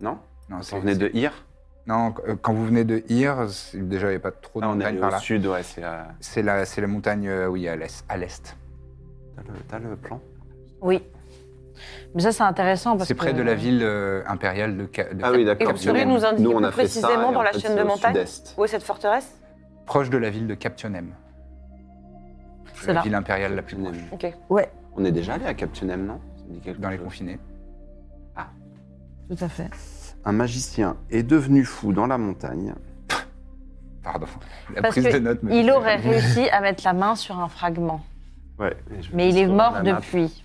S5: Non
S1: Non, c'est-
S5: On venait de Ir
S1: Non, qu- euh, quand vous venez de Ir, c'est- déjà il n'y avait pas trop de
S5: Ah, On est
S1: montagnes
S5: allé
S1: par
S5: au
S1: là.
S5: sud, ouais, c'est. euh,
S1: C'est la, c'est la montagne, euh, oui, à l'est. à l'est.
S5: T'as le, t'as le plan
S2: Oui. Mais ça, c'est intéressant parce
S1: C'est
S2: que.
S1: près de la ville euh, impériale de, Ca- de Ca-
S5: Ah, d'accord.
S4: Et vous pourriez nous indiquer plus précisément dans la chaîne de montagne
S5: Sud-est.
S4: Où est cette forteresse
S1: proche de la ville de Captionem.
S2: C'est
S1: La
S2: là.
S1: ville impériale la plus proche,
S5: Captionem.
S4: Ok.
S5: On est déjà allé à Captionem, non Ça me dit quelque
S1: dans les
S5: chose.
S1: confinés.
S2: Tout à fait.
S5: Un magicien est devenu fou dans la montagne.
S1: Pardon, la
S2: Parce
S1: prise
S2: que
S1: de notes. me
S2: Il
S1: fait-
S2: aurait réussi à mettre la main sur un fragment.
S5: Ouais.
S2: Mais il est mort depuis.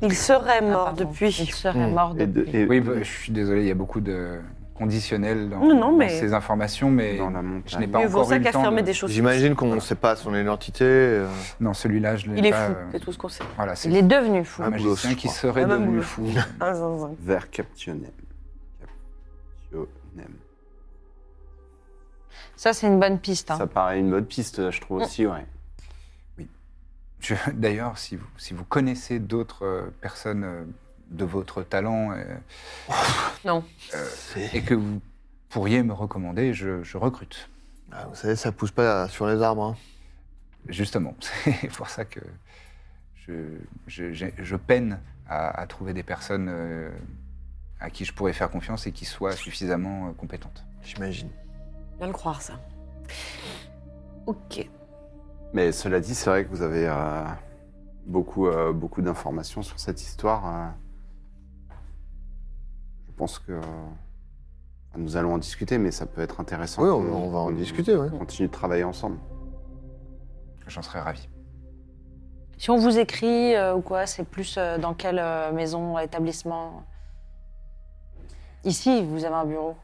S4: Il serait mort
S2: pardon.
S4: depuis.
S2: Il serait
S1: Mm.
S2: mort
S5: Et de-
S2: depuis.
S5: et
S1: Oui, bah, je suis désolé, il y a beaucoup de conditionnels dans,
S4: Non, non,
S1: dans
S4: mais-
S1: ces informations, mais
S5: dans la
S1: je n'ai
S5: montagne.
S1: pas
S4: Mieux vaut
S1: encore eu
S4: ça
S1: le temps.
S4: qu'affirmer
S1: de-
S4: des choses.
S3: J'imagine qu'on ne sait pas son identité. euh,
S1: Non, celui-là, je l'ai
S4: Il est
S1: pas.
S4: fou,
S1: euh,
S4: c'est tout ce qu'on sait.
S1: Voilà, c'est
S2: Il est devenu fou.
S1: un
S3: Ouais. boulos,
S1: magicien
S3: je
S1: qui
S3: crois.
S1: serait
S4: Ah, même
S1: devenu
S4: boulos.
S1: fou.
S4: Ah, zin, zin.
S5: Vers Captionem. Captionem.
S2: Ça, c'est une bonne piste. hein.
S5: Ça paraît une bonne piste, je trouve aussi, ouais.
S1: Je- D'ailleurs, si vous, si vous connaissez d'autres euh, personnes euh, de votre talent euh,
S2: Non.
S1: euh,
S3: c'est-
S1: et que vous pourriez me recommander, je, je recrute.
S3: Ah, vous savez, ça pousse pas sur les arbres. hein.
S1: Justement, c'est pour ça que je, je- j'ai- je peine à, à trouver des personnes euh, à qui je pourrais faire confiance et qui soient suffisamment euh, compétentes.
S3: J'imagine.
S4: Bien le croire, ça. Ok.
S5: Mais cela dit, c'est vrai que vous avez euh, beaucoup, euh, beaucoup d'informations sur cette histoire. euh. Je pense que euh, nous allons en discuter, mais ça peut être intéressant.
S3: Oui, on,
S5: qu'on-
S3: on va en
S5: qu'on
S3: discuter, ouais.
S5: Continue de travailler ensemble.
S1: J'en serais ravi.
S2: Si on vous écrit euh, ou quoi, c'est plus euh, dans quelle euh, maison, établissement Ici, vous avez un bureau.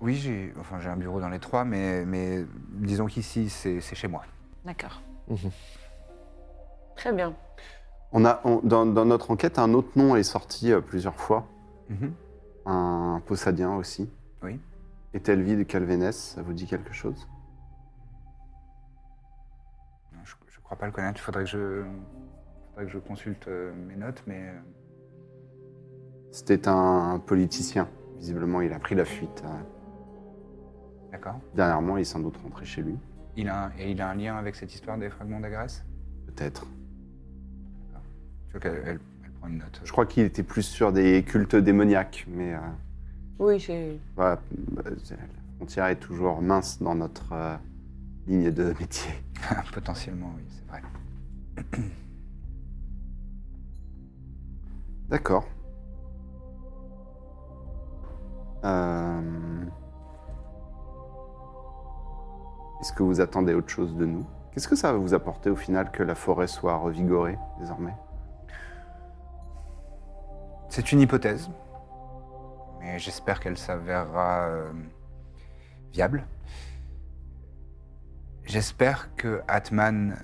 S1: Oui, j'ai enfin, j'ai un bureau dans les trois, mais, mais disons qu'ici, c'est c'est chez moi.
S2: D'accord.
S4: Très bien.
S5: On a, on- dans, dans notre enquête, un autre nom est sorti euh, plusieurs fois.
S1: Mhm.
S5: Un Possadien aussi.
S1: Oui.
S5: Etelvi de Calvénès, ça vous dit quelque chose
S1: Non, Je, je crois pas le connaître. Il faudrait que je, faudrait que je consulte euh, mes notes, mais euh,
S5: C'était un politicien. Visiblement, il a pris la fuite. euh.
S1: d'accord.
S5: Dernièrement, il est sans doute rentré chez lui.
S1: Il a un, et il a un lien avec cette histoire des fragments d'Agresse.
S5: Peut-être.
S1: Tu vois qu'elle elle- elle prend une note.
S5: Je crois qu'il était plus sur des cultes démoniaques, mais euh,
S4: Oui, c'est.
S5: voilà, euh, la frontière est toujours mince dans notre euh, ligne de métier.
S1: Potentiellement, oui, c'est vrai.
S5: D'accord. Euh, Est-ce que vous attendez autre chose de nous Qu'est-ce que ça va vous apporter au final que la forêt soit revigorée désormais
S1: C'est une hypothèse, mais j'espère qu'elle s'avérera euh, viable. J'espère que Atman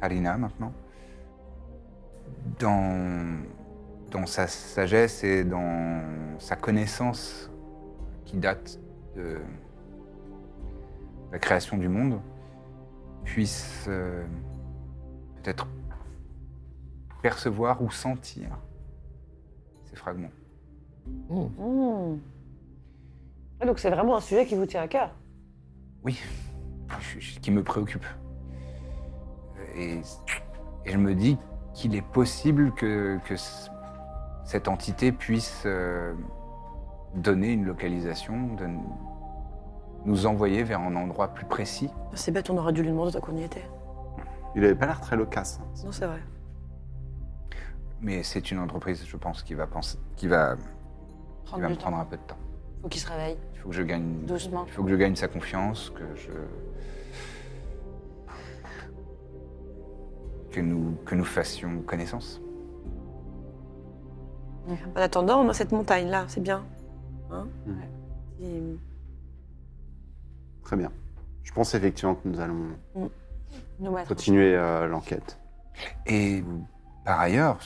S1: Harina, maintenant, dans, dans sa sagesse et dans sa connaissance qui date de la création du monde, puisse euh, peut-être percevoir ou sentir ces fragments.
S4: Hmm. Ah, Donc c'est vraiment un sujet qui vous tient à cœur.
S1: Oui, je- je- qui me préoccupe. Et, et je me dis qu'il est possible que, que c- cette entité puisse euh, donner une localisation, donne- nous envoyer vers un endroit plus précis.
S4: C'est bête, on aurait dû lui demander tant qu'on y était.
S5: Il n'avait pas l'air très loquace. hein.
S4: Non, c'est vrai.
S1: Mais c'est une entreprise, je pense, qui va, penser, qui va, qui
S2: Prendre
S1: va me
S2: du temps.
S1: prendre un peu de temps.
S2: Faut qu'il se réveille
S1: Il faut que je gagne,
S2: doucement.
S1: il faut que je gagne sa confiance, que je que nous que nous fassions connaissance.
S4: En attendant, on a cette montagne-là, c'est bien. Hein Et-
S5: Très bien. Je pense effectivement que nous allons
S2: Nous mettre.
S5: continuer euh, l'enquête.
S1: Et par ailleurs,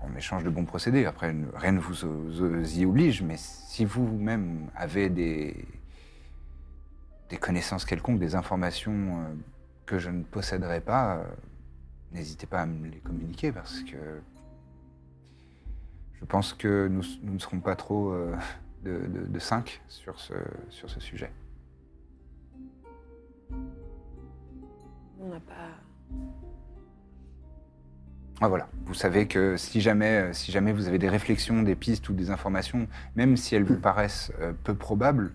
S1: en échange de bons procédés, après ne- rien ne vous, vous y oblige, mais si vous-même avez des, des connaissances quelconques, des informations euh, que je ne posséderai pas, euh, n'hésitez pas à me les communiquer parce que je pense que nous, nous ne serons pas trop euh, de, de, de cinq sur ce, sur ce sujet.
S4: On n'a pas.
S1: Ah, voilà, vous savez que si jamais, euh, si jamais vous avez des réflexions, des pistes ou des informations, même si elles vous paraissent euh, peu probables,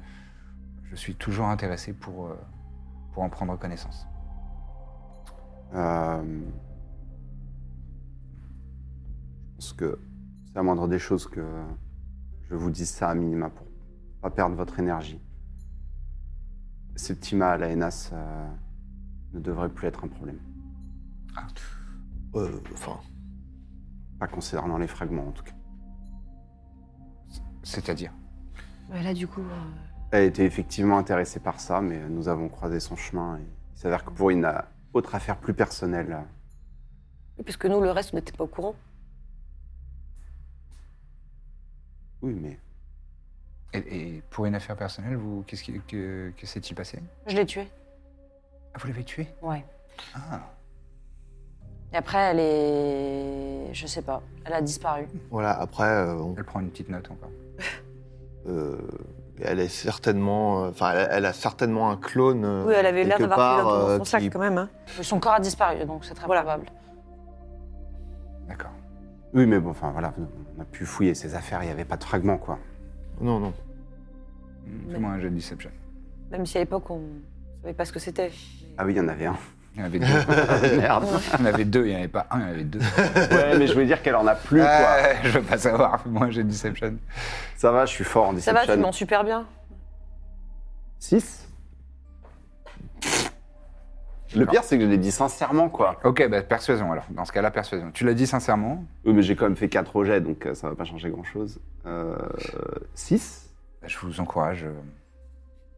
S1: je suis toujours intéressé pour, euh, pour en prendre connaissance.
S5: Euh, Je pense que c'est la moindre des choses que je vous dise ça à minima pour pas perdre votre énergie. Ces petits mâts à la Hénas euh, ne devraient plus être un problème.
S3: Euh, Enfin,
S5: Pas concernant les fragments en tout cas.
S1: C'est-à-dire
S2: là, du coup, euh,
S5: Elle était effectivement intéressée par ça, mais nous avons croisé son chemin et il s'avère que pour une euh, autre affaire plus personnelle, euh,
S4: Oui, Puisque nous, le reste, on n'était pas au courant.
S5: oui, mais
S1: et, et pour une affaire personnelle, vous, qu'est-ce qui, que, que s'est-il passé
S2: je l'ai tué.
S1: Ah, vous l'avez tué
S2: Ouais.
S1: Ah,
S2: Et après, elle est. Je sais pas. Elle a disparu.
S3: voilà, après, euh, on-
S1: elle prend une petite note encore.
S3: euh, elle est certainement. euh, Enfin, elle, a- elle a certainement un clone. euh,
S4: Oui, elle avait l'air
S3: quelque
S4: d'avoir
S3: part,
S4: pris un truc
S3: euh,
S4: dans son sac
S3: qui-
S4: quand même. Hein.
S2: Son corps a disparu, donc c'est très
S4: Voilà.
S2: probable.
S1: D'accord.
S5: oui, mais bon, enfin voilà, on a pu fouiller ces affaires, il n'y avait pas de fragments quoi.
S3: Non, non.
S1: Hmm, Fais-moi un jeu de deception.
S4: Même si à l'époque, on savait pas ce que c'était.
S5: Ah oui, il y en avait un.
S1: Il y en avait deux. Merde. Il y en avait deux, il n'y en avait pas un, il y en avait deux.
S5: Ouais, mais je veux dire qu'elle en a plus quoi.
S1: Ah, je veux pas savoir, fais-moi un jeu de deception.
S5: Ça va, je suis fort en
S4: Ça
S5: deception.
S4: va, tu mens super bien.
S5: 6 Le pire, c'est que je l'ai dit sincèrement, quoi.
S1: Ok, bah, persuasion alors. Dans ce cas-là, persuasion. Tu l'as dit sincèrement,
S5: Oui, mais j'ai quand même fait 4 jets, donc euh, ça va pas changer grand-chose. Euh, 6
S1: bah, je vous encourage euh,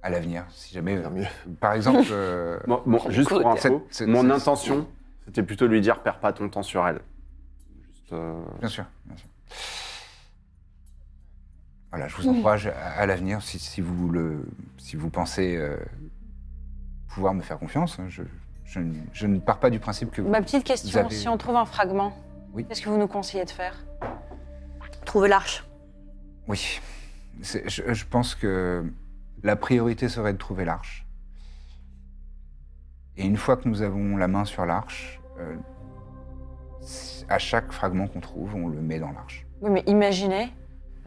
S1: à l'avenir. Si jamais,
S3: Faire mieux.
S1: par exemple, euh,
S5: Bon, bon, juste pour info,
S1: C'est- c'est-
S5: mon
S1: c'est-
S5: intention, c'était plutôt lui dire « perds pas ton temps sur elle ». Juste, euh,
S1: bien sûr, bien sûr. Voilà, je vous encourage à, à l'avenir si, si vous le, si vous pensez euh, pouvoir me faire confiance. hein, Je, je ne- je ne pars pas du principe que vous.
S2: Ma petite
S1: Vous
S2: question,
S1: avez-
S2: si on trouve un fragment,
S1: Oui.
S2: qu'est-ce que vous nous conseillez de faire
S4: Trouver l'arche.
S1: Oui, C'est- je, je pense que la priorité serait de trouver l'arche. Et une fois que nous avons la main sur l'arche, euh, c- à chaque fragment qu'on trouve, on le met dans l'arche.
S2: Oui, mais imaginez,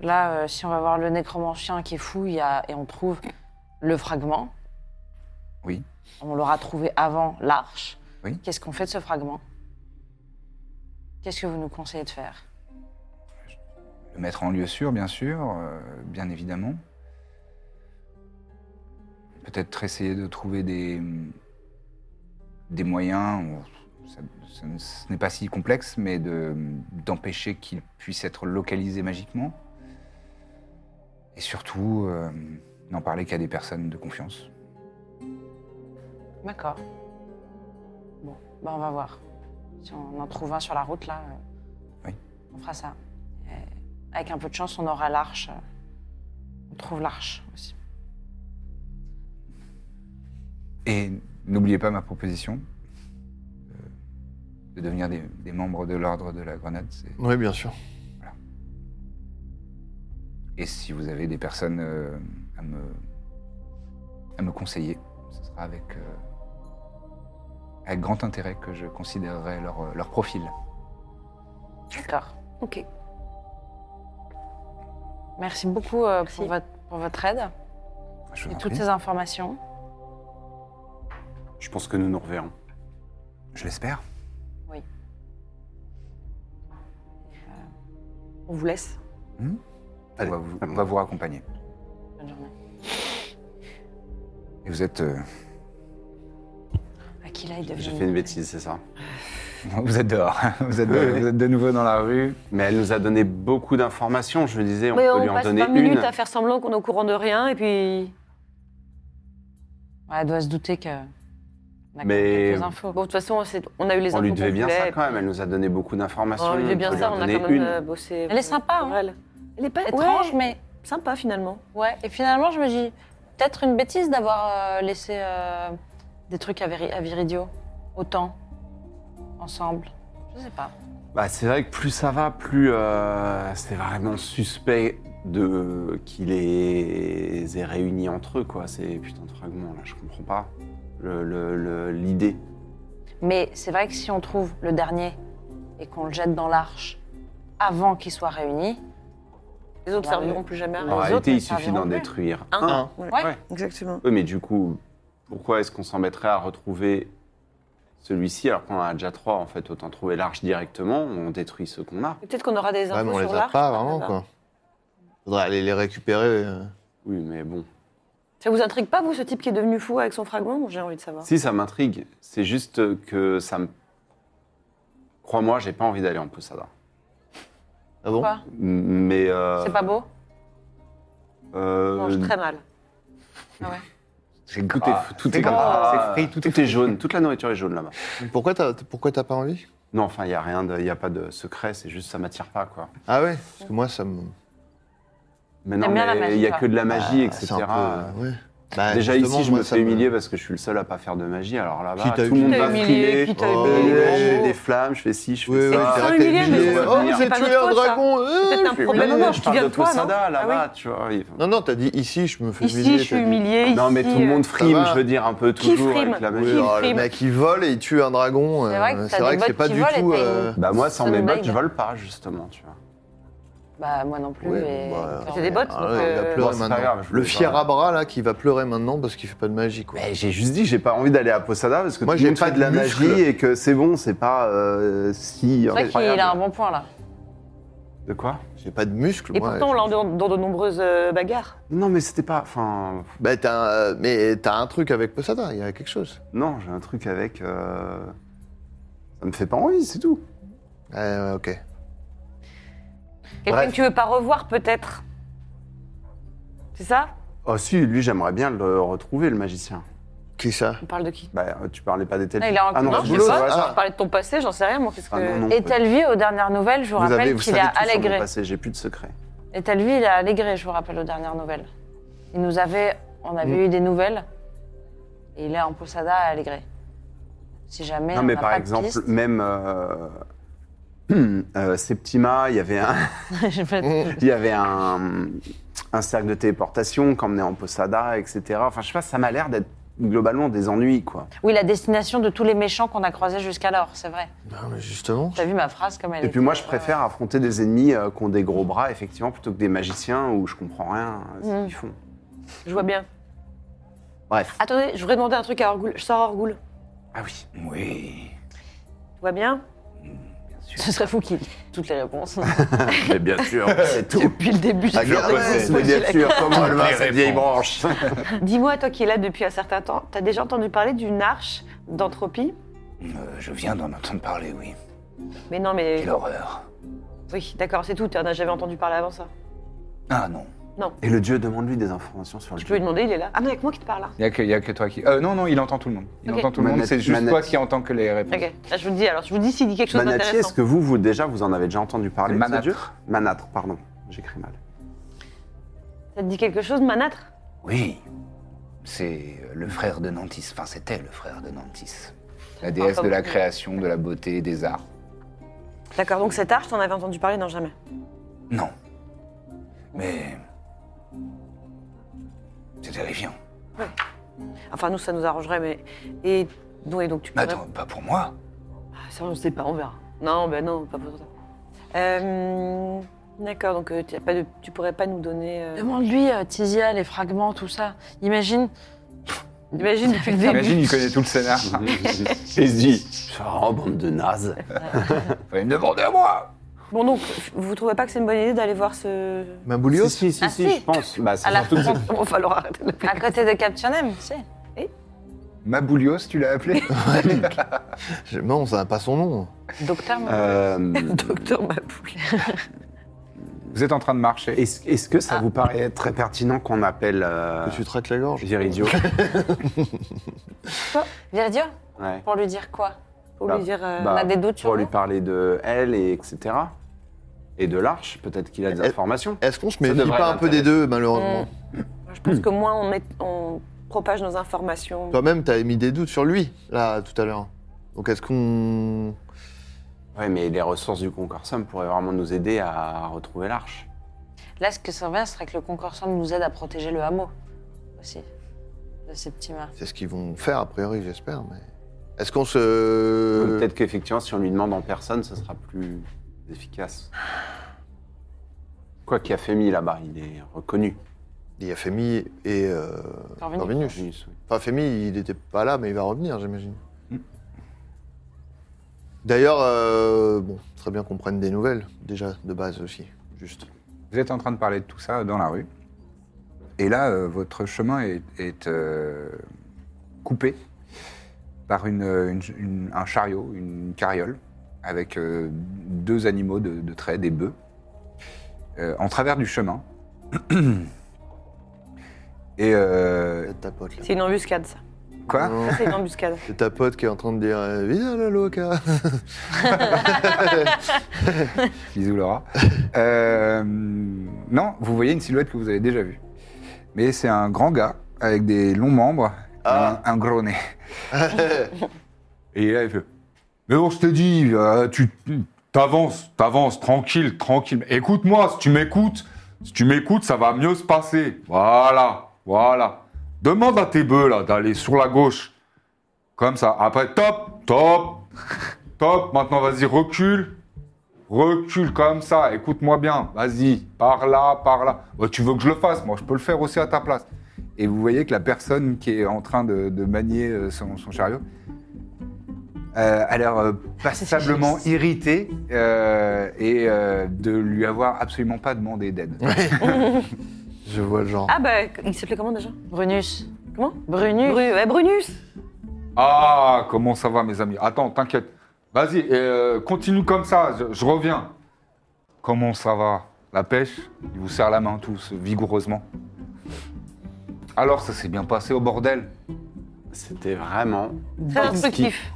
S2: là, euh, si on va voir le nécromancien qui fouille à- et on trouve le fragment.
S1: Oui.
S2: On l'aura trouvé avant l'arche.
S1: Oui.
S2: Qu'est-ce qu'on fait de ce fragment Qu'est-ce que vous nous conseillez de faire
S1: Le Le mettre en lieu sûr, bien sûr, euh, bien évidemment. Peut-être essayer de trouver des, des moyens, ou- ça- ça ne- ce n'est pas si complexe, mais de- d'empêcher qu'il puisse être localisé magiquement. Et surtout, euh, n'en parler qu'à des personnes de confiance.
S2: D'accord. Bon, bah on va voir. Si on en trouve un sur la route, là, euh,
S1: Oui.
S2: on fera ça. Et avec un peu de chance, on aura l'arche. euh, On trouve l'arche aussi.
S1: Et n'oubliez pas ma proposition euh, de devenir des, des membres de l'ordre de la grenade. c'est-
S3: Oui, bien sûr.
S1: Et si vous avez des personnes euh, à, me, à me conseiller, ce sera avec, euh, avec grand intérêt que je considérerai leur, euh, leur profil.
S2: D'accord.
S4: Ok.
S2: Merci beaucoup euh,
S4: Merci.
S2: Pour, votre, pour votre aide
S1: Je vous
S2: et
S1: en
S2: toutes
S1: prie.
S2: ces informations.
S5: Je pense que nous nous reverrons.
S1: Je l'espère.
S4: On vous laisse.
S1: On
S5: Allez,
S1: va, vous,
S5: allons.
S1: on va vous accompagner.
S2: Bonne journée.
S1: Et vous êtes, euh,
S2: À qui là il devient
S5: J'ai fait une bêtise, c'est ça.
S1: vous êtes dehors. vous, êtes de, vous êtes de nouveau dans la rue.
S5: Mais elle nous a donné beaucoup d'informations. Je me disais, on
S4: Mais
S5: peut
S4: on
S5: lui en
S4: passe
S5: donner
S4: 20 minutes
S5: une.
S4: à faire semblant qu'on est au courant de rien et puis.
S2: Ouais, Elle doit se douter que. on a
S5: Mais-
S2: quelques infos.
S4: Bon, de toute façon, c'est- on a eu les
S5: On
S4: infos
S5: lui devait
S4: qu'on
S5: bien
S4: voulait,
S5: ça quand même. Elle nous a donné beaucoup d'informations.
S4: On lui devait bien
S5: peut lui
S4: ça,
S5: en
S4: on a
S5: donner
S4: quand même
S5: une.
S4: euh, bossé.
S2: Elle est sympa,
S4: pour
S2: hein.
S4: elle. Elle est pas
S2: Étrange,
S4: ouais,
S2: mais
S4: sympa finalement.
S2: Ouais, et finalement, je me dis, peut-être une bêtise d'avoir euh, laissé euh, des trucs à, Viri- à Viridio, autant, ensemble. Je sais pas.
S5: Bah, c'est vrai que plus ça va, plus euh, c'est vraiment suspect de euh, qu'il les ait réunis entre eux, quoi. Ces putains de fragments là, je comprends pas Le- le- le- l'idée.
S2: Mais c'est vrai que si on trouve le dernier et qu'on le jette dans l'arche avant qu'ils soient réunis,
S4: Les autres
S2: Ouais,
S4: serviront
S2: mais-
S4: plus jamais à
S5: En
S4: rien.
S2: Ouais. Les autres
S5: réalité,
S2: ne
S5: il suffit
S2: serviront
S5: d'en
S2: plus.
S5: détruire
S4: Un.
S5: un.
S4: Voilà.
S2: Ouais.
S4: Exactement.
S5: Oui, mais du coup, pourquoi est-ce qu'on s'embêterait à retrouver celui-ci alors qu'on en a déjà trois en fait Autant trouver l'arche directement, on détruit ce qu'on a.
S4: Et Peut-être qu'on aura des infos
S3: Ouais, mais on
S4: sur
S3: les a
S4: l'arche,
S3: pas
S4: par
S3: vraiment,
S4: là-bas.
S3: quoi. Faudrait aller les récupérer. euh.
S5: Oui, mais bon.
S4: Ça vous intrigue pas, vous, ce type qui est devenu fou avec son fragment J'ai envie de savoir.
S5: Si, ça m'intrigue. C'est juste que ça me. Crois-moi, j'ai pas envie d'aller en Posada.
S3: Ah bon
S2: Quoi
S5: Mais. euh,
S2: c'est pas beau
S5: euh,
S4: On mange très mal.
S1: C'est
S5: tout
S1: gras,
S5: est, tout
S1: Ah, c'est
S5: est
S1: gras,
S5: gras,
S1: c'est frit, tout est
S5: tout est jaune. Toute la nourriture est jaune là-bas.
S3: Pourquoi t'as pourquoi t'as pas envie
S5: Non, enfin, il y a rien, il y a pas de secret. C'est juste, ça m'attire pas, quoi.
S3: Ah ouais Parce que moi, ça me.
S5: Mais non,
S2: T'aimes bien la
S5: mais
S2: magie,
S5: il y a
S2: toi.
S5: que de la magie,
S3: Ah,
S5: etc.
S3: c'est un peu- ouais. Bah,
S5: Déjà
S3: justement,
S5: ici, je
S3: moi,
S5: me
S3: ça
S5: fais humilier parce que je suis le seul à pas faire de magie. Alors
S3: Qui
S5: là-bas,
S3: t'a
S5: tout le monde
S3: humilié
S5: va
S3: Qui t'a
S5: frimer.
S4: humilié Qui t'a
S5: Oh,
S4: humilié
S5: je fais des flammes, je fais ci, je fais
S3: Oui, oui,
S5: ça.
S3: t'as
S4: sans
S3: été
S4: humilier,
S3: humilié.
S4: mais-
S3: Oh,
S4: C'est
S3: j'ai
S4: pas
S3: tué
S4: notre
S3: un
S4: faute, ça.
S3: dragon euh,
S4: Peut-être un
S3: je suis
S4: problème.
S5: Non, non,
S3: humilié.
S5: non, je
S4: Tu viens
S5: parle de
S4: de toi,
S5: Posada
S4: Ah
S5: là-bas, tu vois. il-
S3: Non, non, t'as dit ici, je me fais humilier.
S4: Ici, je suis
S3: t'as dit.
S4: humilié.
S5: Non, mais
S4: ici,
S5: tout le monde
S4: euh,
S5: frime,
S3: va.
S5: je veux dire, un peu toujours
S4: frime
S5: avec la
S3: Oui, ah,
S5: magie.
S3: alors, Oh, le
S4: frime.
S3: mec, il vole et il tue un dragon. euh,
S2: C'est vrai que t'as des
S3: c'est
S2: bottes
S3: pas
S2: qui
S3: du
S2: volent et
S3: tout.
S2: t'as une-
S3: euh,
S5: Bah moi, sans
S2: Ça me
S5: mes bottes,
S2: bague.
S5: je vole pas, justement, tu vois.
S2: Bah, moi non plus.
S3: Ouais,
S2: et...
S3: bon, bah,
S2: Victor,
S4: j'ai des
S2: on-
S4: bottes.
S3: ah ouais,
S4: donc,
S3: il va
S4: euh,
S5: bon,
S3: pleurer
S5: c'est pas
S3: maintenant.
S5: grave, je
S3: le
S5: voulais
S3: fier
S5: pas-
S3: à bras, là, qui va pleurer maintenant parce qu'il fait pas de magie, quoi.
S5: Mais j'ai juste dit, j'ai pas envie d'aller à Posada parce que
S3: Moi,
S5: tout
S3: j'ai
S5: le monde
S3: pas
S5: fait
S3: de
S5: de la
S3: muscle.
S5: magie et que c'est bon, c'est pas euh, si
S2: C'est vrai
S5: incroyable.
S2: qu'il a un bon point là.
S5: De quoi
S3: J'ai pas de muscles,
S4: Et
S3: moi.
S4: pourtant, on l'a dans, dans de nombreuses euh, bagarres.
S5: Non, mais c'était pas. Enfin,
S3: Bah, t'as un, euh, mais t'as un truc avec Posada, il y a quelque chose.
S5: non, j'ai un truc avec. euh, Ça me fait pas envie, c'est tout.
S3: Euh, ok.
S4: Quelqu'un
S3: Bref.
S4: que tu veux pas revoir, peut-être. C'est ça
S5: Oh si, lui, j'aimerais bien le retrouver, le magicien.
S3: Qui ça
S4: On parle de qui
S5: Bah, tu parlais pas des têtes.
S2: Ah, il a un
S5: ah non,
S2: coup-
S4: Non,
S2: non,
S5: c'est
S4: je
S5: boulot,
S4: sais pas.
S5: au
S4: Je
S5: hasard.
S3: ah.
S4: parlais de ton passé, j'en sais rien, moi. Qu'est-ce que.
S5: Ah, non, non.
S2: Et Telvi, aux dernières nouvelles, je vous
S5: vous
S2: rappelle
S5: vous
S2: qu'il est
S5: savez
S2: à
S5: tout sur mon
S2: Allegret.
S5: passé, j'ai plus de secrets.
S2: Et Telvi, il est à Allegret, je vous rappelle, aux dernières nouvelles. Il nous avait, on avait
S5: Mm.
S2: eu des nouvelles, et il est en Posada à Allegret. Si jamais.
S5: Non,
S2: on
S5: mais
S2: n'a
S5: par
S2: pas de
S5: exemple,
S2: piste-
S5: même euh, euh, Septima, il y avait un,
S2: J'ai fait-
S5: il y avait un, un cercle de téléportation qu'emmenait en Posada, etc. Enfin, je sais pas, ça m'a l'air d'être globalement des ennuis, quoi.
S2: Oui, la destination de tous les méchants qu'on a croisés jusqu'alors, c'est vrai.
S3: Non, mais justement.
S2: T'as vu ma phrase comme elle
S5: Et puis moi,
S2: était-
S5: je préfère affronter des ennemis euh, qui ont des gros bras, effectivement, plutôt que des magiciens où je comprends rien à
S2: Mm.
S5: ce qu'ils font.
S4: Je vois bien.
S5: Bref.
S4: Attendez, je voudrais demander un truc à Orgoul. Je sors Orgoul.
S5: Ah oui.
S1: Oui,
S4: Tu vois bien
S1: bien
S2: Ce serait fou qu'il ait toutes les réponses. hein,
S5: Mais bien sûr, c'est tout.
S2: Depuis le début,
S1: Ah,
S2: j'ai
S5: Je
S2: toujours
S5: reconnais,
S2: réponses.
S5: mais bien sûr, comment elle va,
S1: Les
S5: cette vieille
S1: réponses.
S5: branche
S4: Dis-moi, toi qui es là depuis un certain temps, t'as déjà entendu parler d'une arche d'entropie
S1: euh, je viens d'en entendre parler, oui.
S4: Mais non, mais.
S1: Quelle horreur.
S4: Oui, d'accord, c'est tout. T'en as jamais entendu parler avant ça.
S1: Ah non.
S5: Et le dieu demande-lui des informations sur le
S4: Je peux lui demander, il est là. Ah non, il y a que moi qui te parle. Hein.
S1: Il n'y a, que- y a que toi qui. Euh, non, non, il entend tout le monde. Il
S4: Ok.
S1: entend tout le monde.
S5: Manette-
S1: C'est juste
S5: manette.
S1: toi qui entends que les réponses.
S4: Ok, là, je vous le dis, alors je vous le dis s'il dit quelque chose
S5: Manatier,
S4: d'intéressant.
S5: est-ce que vous, vous déjà, vous en avez déjà entendu parler de ce
S1: Manâtre.
S5: dieu Manâtre, pardon, j'écris mal.
S4: Ça te dit quelque chose, Manâtre
S1: Oui. C'est euh, le frère de Nantis. Enfin, c'était le frère de Nantis. La
S4: déesse
S1: déesse
S4: comme
S1: de la
S4: vous.
S1: création, de la beauté, des arts.
S4: D'accord, donc cette arche, t'en avais entendu parler Non, jamais.
S1: Non. Mais. C'est terrifiant.
S4: Enfin, nous, ça nous arrangerait, mais. Et. Non, et donc tu peux.
S1: Mais attends, pas pour moi.
S4: Ah, ça, on sait pas, on verra. Non, ben non, pas pour toi. Euh, D'accord, donc euh, t'as pas de- tu pourrais pas nous donner. euh,
S2: Demande-lui, euh, Tizia, les fragments, tout ça. Imagine.
S4: Imagine depuis le début.
S1: Imagine, il connaît tout le scénar.
S5: Et il se dit, oh, bande de nazes.
S1: Fallait me demander à moi
S4: Bon, donc, vous trouvez pas que c'est une bonne idée d'aller voir ce.
S3: Maboulio
S5: si, si,
S2: Ah,
S5: si,
S2: si.
S5: je pense. Bah, c'est
S2: À la
S5: surtout que c'est-
S4: Bon, va falloir arrêter de
S2: À côté de Captionem, tu sais.
S1: Maboulios, tu l'as appelé
S3: Non, ça n'a pas son nom.
S2: Docteur Mabou.
S5: Euh,
S4: Docteur Maboule.
S1: Vous êtes en train de marcher.
S5: Est-ce est-ce que ça
S2: Ah.
S5: vous paraît très pertinent qu'on appelle euh,
S3: Que tu traques la gorge.
S5: Viridio
S2: Viridio
S5: Ouais.
S2: Pour lui dire quoi
S4: Pour
S5: Bah,
S4: lui dire. euh,
S2: On
S5: Bah,
S2: a des doutes sur
S5: Pour lui
S2: lui.
S5: parler de elle, et etc. Et de l'arche, peut-être qu'il a des
S3: Elle-
S5: informations.
S3: Est-ce qu'on se
S5: Ça
S3: méfie
S5: devrait
S3: pas un peu des deux, malheureusement
S4: Je pense que moins on, met, on propage nos informations.
S3: Toi-même, t'as émis des doutes sur lui, là, tout à l'heure. Donc est-ce qu'on...
S5: Ouais, mais les ressources du Concorsum pourraient vraiment nous aider à retrouver l'arche.
S2: Là, ce que ça va, ce serait que le concorsum nous aide à protéger le hameau. Aussi. De ces petits mains.
S3: C'est ce qu'ils vont faire, a priori, j'espère, mais... Est-ce qu'on se...
S5: Peut-être qu'effectivement, si on lui demande en personne, ce sera plus efficace. Quoi qu'il a fait mis là-bas, il est reconnu.
S3: Il y a Femi et... Euh...
S2: Corvinus.
S3: Corvinus.
S5: Corvinus, oui.
S3: Enfin, Femi, il n'était pas là, mais il va revenir, j'imagine.
S1: Hmm.
S3: D'ailleurs, euh, bon, ce serait bien qu'on prenne des nouvelles, déjà, de base aussi, juste.
S1: Vous êtes en train de parler de tout ça dans la rue. Et là, euh, votre chemin est, est, euh, coupé par une, euh, une- une- un chariot, une carriole, avec euh, deux animaux de, de trait, des bœufs, euh, en travers du chemin. Et euh,
S3: C'est ta pote, là.
S4: C'est une embuscade, ça.
S1: quoi
S3: Non,
S4: Ça, c'est une embuscade.
S3: C'est ta pote qui est en train de dire euh, Viens la loca
S1: Bisous Laura. Euh, non, vous voyez une silhouette que vous avez déjà vue. Mais c'est un grand gars avec des longs membres,
S3: Ah.
S1: un, un gros nez. Et là, il fait Mais bon, je te dis, euh, tu t'avances, t'avances, tranquille, tranquille. Écoute-moi, si tu m'écoutes, si tu m'écoutes, ça va mieux se passer. Voilà, voilà. Demande à tes bœufs, là, d'aller sur la gauche. Comme ça. Après, top, top, top. Maintenant, vas-y, recule. Recule comme ça, écoute-moi bien, vas-y, par là, par là. Oh, tu veux que je le fasse, moi je peux le faire aussi à ta place. Et vous voyez que la personne qui est en train de, de manier euh, son, son chariot euh, a l'air euh, passablement irritée euh, et euh, de lui avoir absolument pas demandé d'aide.
S3: Je vois le genre.
S4: Ah, bah, il s'appelait comment déjà
S2: Brunus.
S4: Comment
S2: Brunus.
S4: Bru- ouais, Brunus
S1: Ah, comment ça va mes amis Attends, t'inquiète. Vas-y, euh, continue comme ça, je, je reviens. Comment ça va La pêche Il vous serre la main tous, vigoureusement. Alors, ça s'est bien passé au bordel
S5: C'était vraiment.
S4: Très instructif.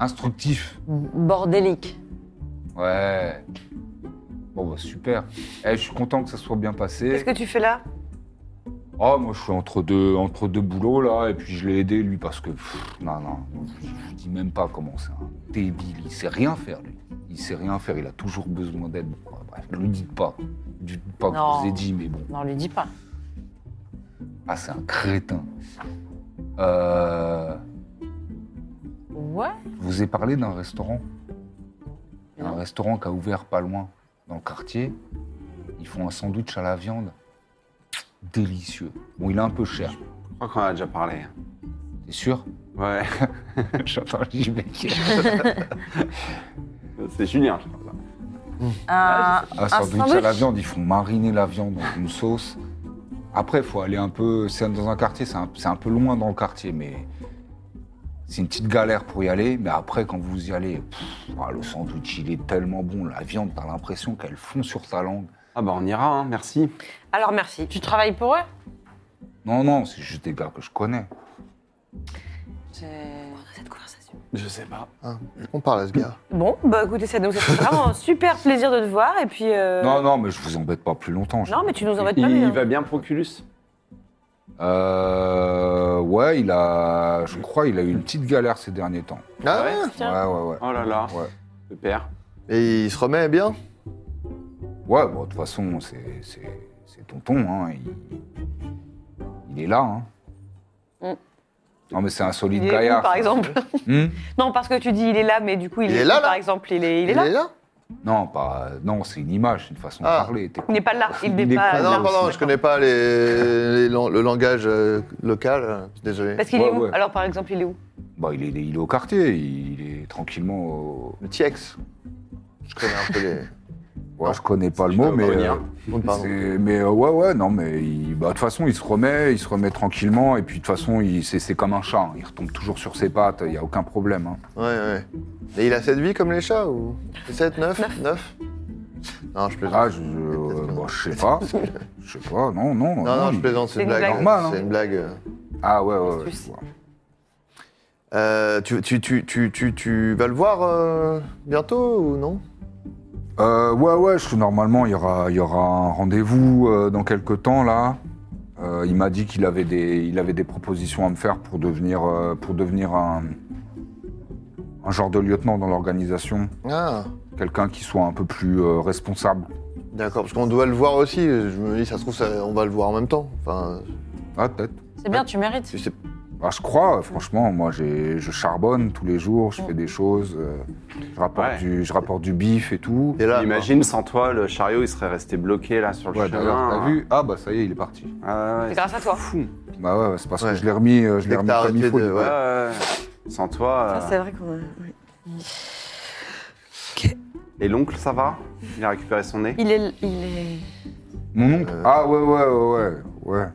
S1: Instructif.
S2: Bordélique.
S1: Ouais. Bon, bah super. Eh, je suis content que ça soit bien
S4: Qu'est-ce
S1: passé.
S4: que tu fais là
S1: Oh, moi, je suis entre deux, entre deux boulots, là, et puis je l'ai aidé, lui, parce que... pff, non, non, je, je dis même pas comment c'est un débile. Il sait rien faire, lui. Il sait rien faire, il a toujours besoin d'aide. Quoi. Bref, ne lui dites pas. Ne lui dites pas que
S2: Non.
S1: je vous ai dit, mais bon.
S2: Non, lui dis pas.
S1: Ah, c'est un crétin. Euh,
S2: Ouais.
S1: je vous ai parlé d'un restaurant. Il y a Un restaurant qui a ouvert pas loin, dans le quartier. Ils font un sandwich à la viande. Délicieux. Bon, il est un peu cher,
S5: Je crois qu'on en a déjà parlé. hein.
S1: c'est sûr
S5: Ouais.
S1: J'entends le mec.
S5: c'est Julien, je pense.
S2: Un,
S1: Ah,
S2: un
S1: ça, donc ça, la
S2: sandwich.
S1: viande, ils font mariner la viande dans une sauce. Après, faut aller un peu. C'est dans un quartier, c'est un, c'est un peu loin dans le quartier, mais c'est une petite galère pour y aller. Mais après, quand vous y allez, pff, ah, le sandwich, il est tellement bon. La viande, t'as l'impression qu'elle fond sur ta langue.
S5: Ah bah on ira, hein, merci.
S4: Alors merci.
S2: Tu travailles pour eux
S1: Non, non, c'est juste des gars que je connais.
S4: Cette conversation.
S5: Je sais pas.
S3: On parle à ce gars.
S4: Bon, bah écoutez, ça nous a fait vraiment un super plaisir de te voir et puis. euh,
S1: Non, non, mais je vous embête pas plus longtemps. je-
S4: non, mais tu nous embêtes
S5: Il,
S4: pas. mais,
S5: il
S4: hein.
S5: va bien Proculus
S1: Euh, ouais, il a. Je crois il a eu une petite galère ces derniers temps.
S3: Ah
S5: ouais
S1: Ouais, ouais,
S4: Tiens.
S1: ouais.
S5: Oh là là.
S1: Ouais.
S5: Le père.
S3: Et il se remet bien
S1: Ouais, bon, de toute façon, c'est c'est- c'est tonton, hein. Il, il est là, hein.
S4: Mm.
S1: Non, mais c'est un solide
S4: Il est où,
S1: gaillard.
S4: par exemple.
S1: Hmm
S4: Non, parce que tu dis il est là, mais du coup il,
S3: Il
S4: est
S3: est là, là
S4: Par exemple, il est, il est là. Ah,
S1: non, pas, non, c'est une image, c'est une façon
S3: Ah.
S1: de parler. t'es con.
S4: Il n'est pas là. Il
S1: Il
S4: n'est
S1: est
S4: pas
S3: Ah
S1: con,
S4: là.
S3: non, pardon, je connais pas les, les lang- le langage euh, local. euh, Désolé.
S4: Parce qu'il
S1: Ouais,
S4: est où
S1: ouais.
S4: Alors par exemple, il est où
S1: Bah, il, est, il est au quartier, il, il est tranquillement au...
S3: Le TIEX. Je connais un peu les.
S1: Ouais, je connais pas le
S5: Je
S1: mot,
S5: peux
S1: mais...
S5: revenir.
S1: euh,
S3: Oh, pardon.
S1: C'est- Mais euh, ouais, ouais, non, mais il- bah, de toute façon, il se remet, il se remet tranquillement, et puis de toute façon, il- c'est c'est comme un chat, hein, il retombe toujours sur ses pattes, il n'y a aucun problème. hein.
S3: Ouais, ouais. Et il a 7 vies comme les chats ou 7, 9 9 Non, je plaisante.
S1: Ah, je, je- euh, bah, je sais pas, je sais pas, non, non.
S3: non, non,
S1: il-
S3: je plaisante, c'est une
S4: C'est une
S3: blague.
S4: blague.
S1: Normal, hein.
S3: C'est une blague.
S1: Ah ouais, ouais, ouais.
S4: Astuce.
S1: je vois.
S3: Euh, tu, tu, tu, tu, tu, tu vas le voir euh, bientôt ou non
S1: Euh, ouais, ouais, je, normalement, il y aura, il y aura un rendez-vous euh, dans quelques temps, là. Euh, il m'a dit qu'il avait, des- il avait des propositions à me faire pour devenir, euh, pour devenir un, un genre de lieutenant dans l'organisation.
S3: Ah,
S1: Quelqu'un qui soit un peu plus euh, responsable.
S3: d'accord, parce qu'on doit le voir aussi. Je me dis, ça se trouve, ça- on va le voir en même temps. Enfin,
S1: Ah, peut-être.
S2: C'est bien, tu mérites.
S3: tu sais.
S1: Bah, je crois, franchement, moi, j'ai- je charbonne tous les jours, je fais des choses, euh, je, rapporte
S5: Ouais.
S1: du, je rapporte du bif et tout.
S3: Et là,
S5: Imagine sans toi, le chariot il serait resté bloqué là sur le
S1: Ouais, d'ailleurs,
S5: chemin.
S1: t'as vu Ah, bah, ça y est, il est parti.
S5: Ah, ouais,
S4: C'est grâce à toi.
S1: Bah, ouais, ouais, c'est parce
S3: Ouais.
S1: que je l'ai remis, euh, je
S3: Dès
S1: l'ai
S3: que
S1: remis
S3: t'as
S1: comme il
S3: arrêté
S1: faut.
S3: de-
S1: du coup.
S5: Ouais, ouais, ouais. Sans toi. euh,
S4: Ah, vrai qu'on a.
S5: Et l'oncle, ça va Il a récupéré son nez
S4: Il est, il est.
S1: Mon oncle Ah ouais, ouais, ouais, ouais, ouais.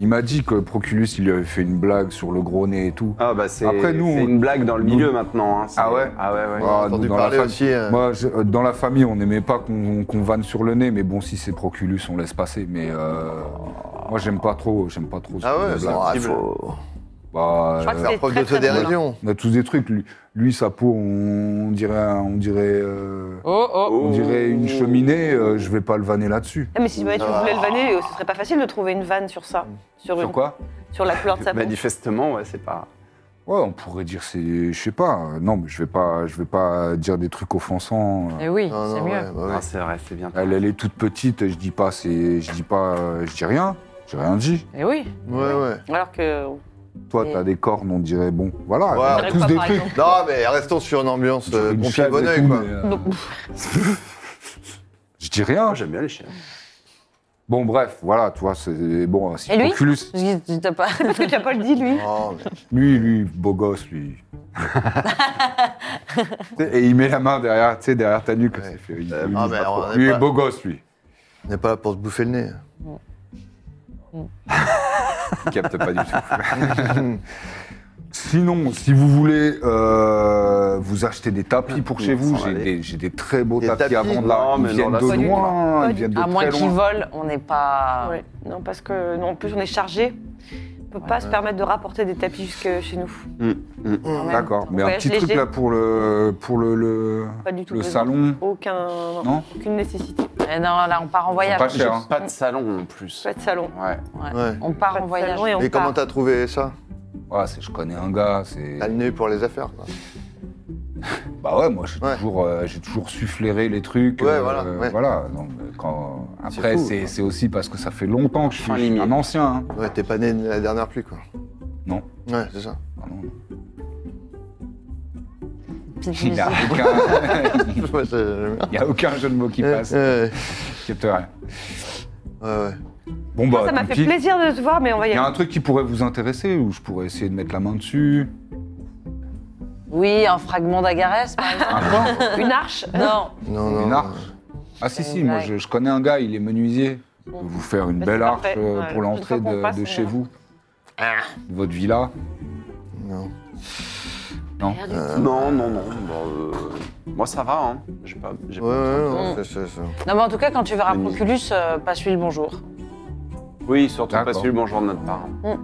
S1: Il m'a dit que Proculus, il lui avait fait une blague sur le gros nez et tout.
S5: Ah bah c'est
S1: Après, nous,
S5: c'est
S1: on-
S5: une blague dans le
S1: nous-
S5: milieu maintenant. hein, c'est-
S1: Ah ouais
S5: Ah ouais, ouais.
S3: on a
S1: Ah,
S3: entendu
S1: nous, dans la
S3: parler
S1: femme.
S3: aussi. euh,
S1: Moi, je- euh, dans la famille, on n'aimait pas qu'on qu'on vanne sur le nez, mais bon, si c'est Proculus, on laisse passer. Mais euh, moi, j'aime pas trop, j'aime pas trop. ce
S3: Ah
S1: genre de
S3: ouais,
S1: blague.
S3: non, il
S5: sensible.
S3: faut
S1: Bah,
S4: crois que
S1: euh,
S4: c'est
S3: faire preuve
S4: très,
S3: de
S4: très malin.
S3: fédération.
S1: on a tous des trucs. Lui, lui, sa peau, on dirait, un- on dirait, euh,
S2: Oh, oh.
S1: on dirait une
S5: Oh.
S1: cheminée. euh, je vais pas le vanner là-dessus.
S4: Ah, mais si bah, tu voulais le vanner, euh, ce serait pas facile de trouver une vanne sur ça. Sur,
S1: Sur
S4: une-
S1: quoi
S4: sur la couleur de sa peau.
S5: Manifestement, ouais, c'est pas.
S1: Ouais, on pourrait dire c'est, je sais pas. euh, Non, mais je vais pas, je vais pas dire des trucs offensants. euh.
S2: Eh oui,
S3: Non,
S2: c'est
S3: non,
S2: mieux.
S3: ouais, bah ouais.
S5: Ah, c'est vrai, c'est bien.
S1: Elle, elle est toute petite, je dis pas, c'est, je dis pas, euh, je dis rien, j'ai rien dit.
S2: Eh oui.
S1: Ah.
S3: Ouais, ouais.
S4: Alors que. euh,
S1: Toi,
S2: Et-
S1: t'as des cornes, on dirait, bon, voilà,
S3: Ouais,
S1: on a
S3: on dirait
S1: tous
S4: quoi,
S1: des
S4: par
S1: trucs.
S4: exemple
S3: Non, mais restons sur une ambiance euh,
S1: Une
S3: pompier
S1: chèvre et
S3: bonnet,
S1: tout,
S3: quoi.
S1: mais, euh,
S4: Non.
S1: je dis rien.
S5: Moi, Oh, j'aime bien les chiens.
S1: Bon, bref, voilà, tu vois, c'est, bon, si
S2: Et lui
S1: Oculus,
S2: Parce que tu t'as pas.
S4: Parce que tu n'as pas le dit, lui.
S3: Non, Oh, mais-
S1: lui, lui, beau gosse, lui. et il met la main derrière, tu sais, derrière ta nuque,
S3: Ouais.
S1: ça fait- il-
S3: Euh,
S1: lui,
S3: ah,
S1: il va
S3: mais on
S1: pas.
S3: est
S1: Lui, il
S3: pas-
S1: est beau gosse, lui.
S3: on n'est pas là pour se bouffer le nez.
S1: Il capte pas du tout. Sinon, si vous voulez euh, vous acheter des tapis pour chez vous,
S5: s'en
S1: j'ai
S5: aller.
S1: des, j'ai des très beaux
S3: Des
S1: tapis,
S3: tapis
S1: à vendre là.
S5: Non,
S1: Ils
S5: mais non,
S1: viennent
S5: là,
S1: de
S5: pas du tout.
S1: loin, ils viennent de
S2: À moins
S1: très
S2: qu'ils
S1: loin.
S2: volent, on n'est
S1: Ah.
S2: pas.
S4: Ouais. Non, parce que. Non, en plus, on est chargé. On peut pas se permettre de rapporter des tapis jusque chez nous. Quand même.
S1: D'accord, mais un
S4: Voyage
S1: petit truc
S4: léger.
S1: là pour le pour le le,
S4: Pas du tout.
S1: le
S4: besoin.
S1: salon.
S4: Aucun.
S1: Non
S4: Aucune nécessité.
S2: Eh non, là, on part en voyage.
S1: pas cher.
S5: J'ai
S1: hein.
S5: pas de salon en plus.
S4: Pas de salon.
S5: Ouais.
S3: Ouais.
S2: On part
S4: Pas
S2: en
S4: de
S2: voyage.
S4: salon et on
S3: Et comment
S4: part.
S3: t'as trouvé ça
S1: Ouais, c'est- je connais un gars, c'est
S3: T'as le nez pour les affaires, quoi.
S1: bah ouais, moi j'ai
S3: Ouais.
S1: toujours euh, j'ai toujours su flairer les trucs. euh,
S3: Ouais, voilà, ouais.
S1: voilà. Donc, euh, quand
S3: C'est
S1: après
S3: fou,
S1: c'est
S3: quoi.
S1: c'est aussi parce que ça fait longtemps que je suis,
S5: Fin
S1: je suis
S5: limite.
S1: un ancien. hein.
S3: Ouais, t'es pas né de la dernière pluie, quoi.
S1: Non.
S3: Ouais, c'est ça.
S1: Ah non.
S2: Petite
S1: Il n'y a
S2: musique.
S1: aucun
S3: Ouais, c'est- j'aime bien.
S1: il y a aucun jeu de mots qui
S3: Euh,
S1: passe.
S3: Ouais,
S1: Je capte rien.
S3: ouais, ouais.
S1: Bon bah
S4: Ça m'a
S1: tant
S4: fait
S1: pis.
S4: plaisir de te voir, mais on va y
S1: Il y a
S4: aller.
S1: un truc qui pourrait vous intéresser où je pourrais essayer de mettre la main dessus.
S2: Oui, un fragment d'agarès, par exemple.
S3: Ah.
S1: Un quoi
S4: Une arche
S2: Non,
S3: Non, non.
S1: Une arche Ah si, si, moi
S2: blague.
S1: je, je connais un gars, il est menuisier. Il peut vous faire une
S4: Bah,
S1: belle
S4: c'est
S1: arche
S4: parfait.
S1: euh,
S4: Ouais.
S1: pour l'entrée
S4: Une fois qu'on
S1: de,
S4: passe,
S1: de
S4: on
S1: chez
S4: verra.
S1: vous. De votre villa.
S3: Ah. Non.
S5: Euh, Non, non, non. bon, euh, moi, ça va. Hein. J'ai pas. j'ai
S3: Ouais,
S5: pas-
S3: ouais,
S2: Mm.
S3: non, c'est- c'est ça.
S2: Non, mais en tout cas, quand tu verras
S5: Une-
S2: Proculus, euh, passe-lui le bonjour.
S5: Oui, surtout pas
S1: D'accord.
S5: celui bonjour de notre part. hein.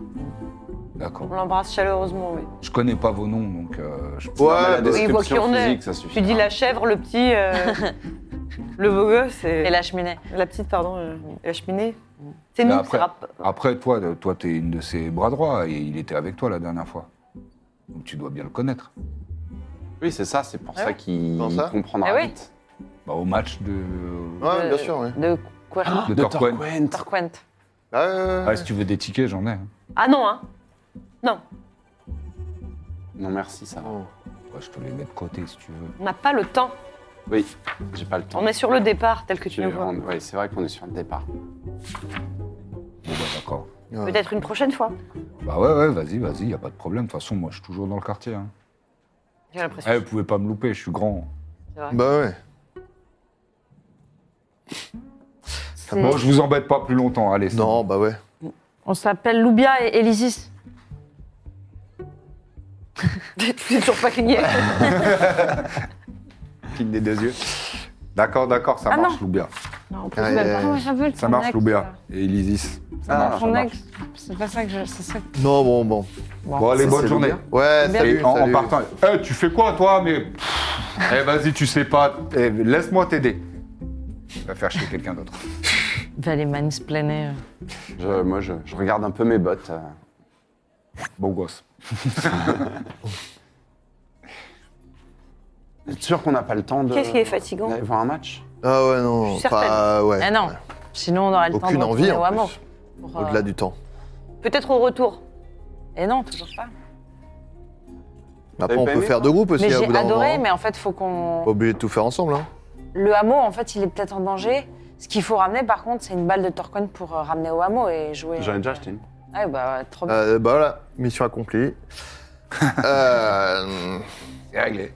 S1: D'accord.
S4: On l'embrasse chaleureusement, oui.
S1: Je connais pas vos noms, donc euh, je
S5: Non, mais la
S3: Ouais, bah,
S4: il voit qui
S5: description
S4: on est.
S5: physique, ça suffit.
S4: Tu dis la chèvre, le petit, euh, le beau gosse et,
S2: Et la cheminée.
S4: la petite, pardon, euh, et la cheminée. C'est nous,
S1: Bah,
S4: c'est rap-
S1: Après, toi, euh, toi, t'es une de ses bras droits et il était avec toi la dernière fois. Donc tu dois bien le connaître.
S5: Oui, c'est ça. C'est pour
S4: Ah
S5: ça
S4: ouais. Eh
S5: qu'il
S3: Pour ça
S5: comprendra
S2: Ah oui.
S5: vite.
S1: Bah, au match de,
S3: Ouais,
S2: Euh,
S3: bien sûr, ouais.
S2: De quoi
S4: Ah.
S1: de Torquen.
S2: Torquent.
S3: Ah, ouais, ouais, ouais.
S1: Ah, si tu veux des tickets, j'en ai. hein.
S4: Ah non, hein
S5: Non, merci, ça va.
S3: Oh.
S1: Ouais, je te les mets de côté si tu veux.
S4: on n'a pas le temps.
S5: Oui, j'ai pas le temps.
S4: On est sur le départ, tel que tu
S5: J'ai-
S4: nous vois.
S5: on- ouais, c'est vrai qu'on est sur le départ.
S1: Bon, bah, d'accord.
S3: Ouais.
S4: Peut-être une prochaine fois.
S1: Bah ouais, ouais, vas-y, vas-y, y a pas de problème. De toute façon, moi, je suis toujours dans le quartier. Hein.
S4: J'ai l'impression.
S1: Eh, vous pouvez pas me louper, je suis grand.
S3: Bah ouais.
S1: Bon, je vous embête pas plus longtemps, allez. c'est
S3: Non, bah ouais.
S2: On s'appelle Loubia et Elisis.
S4: Vous êtes toujours pas gagné.
S9: Cligne des deux yeux. D'accord, d'accord, ça
S2: Ah
S9: marche, Loubia.
S2: Non, on
S3: Ah,
S2: même
S3: euh,
S2: pas. Comment il s'appelle
S9: Ça
S2: ton
S9: marche,
S2: ex,
S9: Loubia.
S2: là
S9: Et Elisis. Ça
S5: Ah,
S9: marche, ça
S2: Ton
S9: marche.
S2: ex, c'est pas ça que je. C'est ça que.
S3: Non, bon, bon.
S9: Bon, allez,
S5: Ça,
S9: bonne
S5: c'est
S9: journée.
S5: Loubia.
S3: Ouais, salut,
S9: Et en, en
S3: salut.
S9: partant, Eh, tu fais quoi, toi Mais. eh, vas-y, tu sais pas. Eh, Laisse-moi t'aider. Va faire chier quelqu'un d'autre.
S2: Va aller mansplainer. euh.
S5: Je- moi, je, je regarde un peu mes bottes. euh.
S1: Bon gosse.
S5: Vous êtes sûr qu'on n'a pas le temps de.
S4: Qu'est-ce qui est fatigant
S5: d'aller voir un match
S3: Ah ouais, non.
S4: Je suis certaine.
S3: Enfin, ouais.
S2: Ah non,
S3: ouais.
S2: sinon on aurait le temps de
S3: Aucune envie,
S2: retourner au
S3: en
S2: hameau.
S3: plus.
S2: pour, euh,
S3: Au-delà du temps.
S4: Peut-être au retour.
S2: Et non, toujours pas.
S3: Après,
S5: T'avais
S3: on
S5: pas
S3: peut
S5: aimé,
S3: faire deux groupes aussi,
S2: Mais
S3: à
S2: j'ai
S3: bout d'un
S2: adoré,
S3: moment. Oh.
S2: mais en fait, faut qu'on.
S3: Pas obligé de tout faire ensemble, hein.
S2: Le hameau, en fait, il est peut-être en danger. Ce qu'il faut ramener, par contre, c'est une balle de Torquent pour euh, ramener au hameau et jouer.
S5: J'en ai déjà acheté une.
S2: Ouais, bah, ouais, trop bien.
S3: Euh, bah voilà, mission accomplie. euh...
S9: C'est réglé.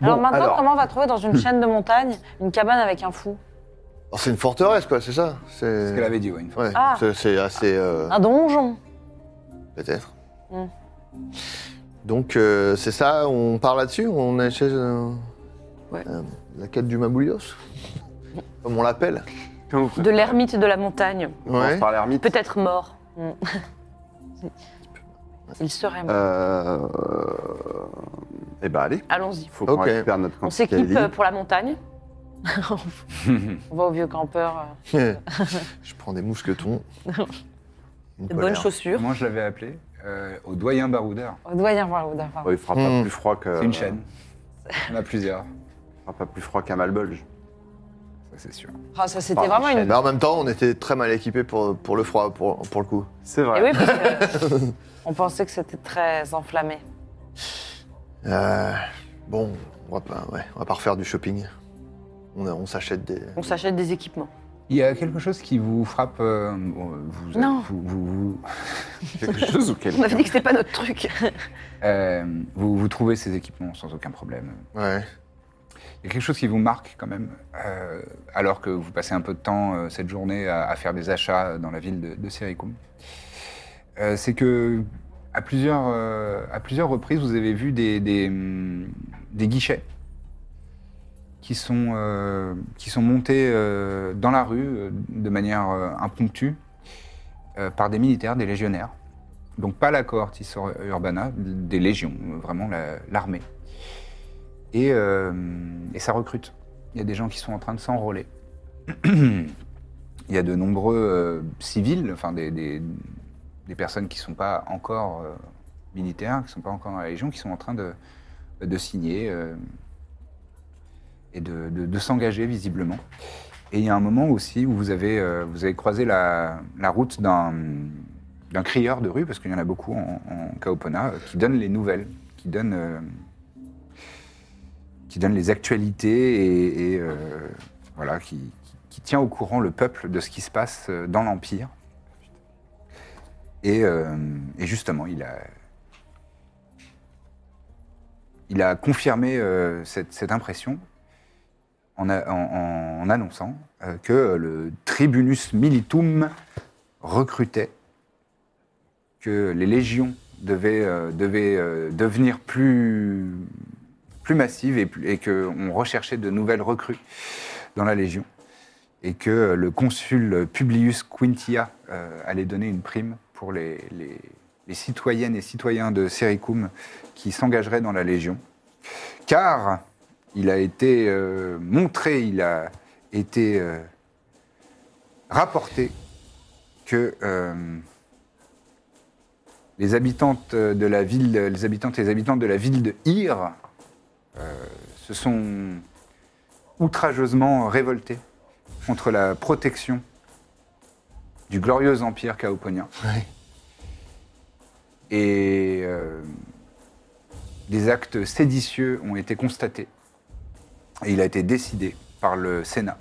S2: alors
S5: bon,
S2: maintenant,
S5: alors.
S2: comment on va trouver dans une chaîne de montagne une cabane avec un fou
S3: alors, oh, C'est une forteresse, quoi, c'est ça C'est
S1: Ce qu'elle avait dit, ouais, une fois.
S3: Ouais,
S2: Ah.
S3: c'est- c'est assez. euh,
S2: Un donjon
S3: Peut-être.
S2: Mm.
S3: Donc, euh, c'est ça, on part là-dessus On est chez. euh,
S4: Ouais.
S3: euh, la quête du Maboulios Comme on l'appelle.
S5: Quand vous préférez.
S4: De l'ermite de la montagne.
S5: On
S3: Ouais.
S5: commence par l'ermite.
S4: Peut-être mort. Mm.
S2: Il serait mort.
S5: Euh... Eh ben, allez.
S4: Allons-y.
S5: Faut qu'on
S3: Ok.
S5: récupère notre
S4: On
S5: quantité de
S4: s'équipe euh,
S5: livres.
S4: pour la montagne.
S2: On va au vieux campeur. euh.
S3: Je prends des mousquetons. Une
S4: Des
S3: colère.
S4: bonnes chaussures.
S1: Comment je l'avais appelé Euh, Au doyen baroudeur.
S2: On doit y avoir Oda. pardon.
S5: Oh, il fera pas
S3: Hmm.
S5: plus froid que.
S1: C'est
S9: Euh.
S1: une chaîne. On a plusieurs.
S5: Il fera pas plus froid qu'un malbulge.
S1: Ça, c'est sûr.
S2: Ah, ça, c'était
S5: Par
S2: vraiment
S5: la
S2: une.
S3: Mais en même temps, on était très mal équipés pour, pour le froid, pour, pour le coup.
S5: C'est vrai.
S2: Eh oui, parce que, euh, on pensait que c'était très enflammé.
S3: Euh, bon, on va, pas, ouais, on va pas refaire du shopping. On, a- on s'achète des.
S4: On s'achète des équipements.
S1: Il y a quelque chose qui vous frappe. euh, vous,
S2: Non.
S1: Vous, vous, vous-
S5: Quelque chose ou
S4: On avait
S5: quelqu'un
S4: dit que c'était pas notre truc.
S1: euh, vous- vous trouvez ces équipements sans aucun problème.
S3: Ouais.
S1: Il y a quelque chose qui vous marque quand même, euh, alors que vous passez un peu de temps euh, cette journée à, à faire des achats dans la ville de, de Sericum. Euh, c'est que à plusieurs, euh, à plusieurs reprises, vous avez vu des, des, hum, des guichets qui sont, euh, qui sont montés euh, dans la rue euh, de manière euh, impromptue euh, par des militaires, des légionnaires. Donc pas la cohorte Isor- urbana, des légions, vraiment la- l'armée et, euh, et ça recrute. Il y a des gens qui sont en train de s'enrôler. Il y a de nombreux euh, civils, enfin des, des- des personnes qui ne sont pas encore euh, militaires, qui ne sont pas encore dans la Légion, qui sont en train de, de signer euh, et de, de- de s'engager visiblement. Et il y a un moment aussi où vous avez, euh, vous avez croisé la, la route d'un d'un crieur de rue, parce qu'il y en a beaucoup en, en Kaopona, euh, qui donne les nouvelles, qui donne euh, qui donne les actualités et, et, euh, voilà, qui, qui- qui tient au courant le peuple de ce qui se passe euh, dans l'Empire. Et, euh, et justement, il a, il a confirmé euh, cette, cette impression en, a- en- en annonçant euh, que le Tribunus Militum recrutait, que les légions devaient, euh, devaient, euh, devenir plus, plus massives et, plus- et qu'on recherchait de nouvelles recrues dans la légion. Et que le consul Publius Quintia euh, allait donner une prime pour les, les- les citoyennes et citoyens de Sericum qui s'engageraient dans la Légion. Car il a été euh, montré, il a été euh, rapporté que euh, les habitantes de la ville, les habitantes et les habitantes de la ville de Hyre euh, se sont outrageusement révoltés contre la protection du glorieux empire chaoponien. Et euh, des actes séditieux ont été constatés. Et il a été décidé par le Sénat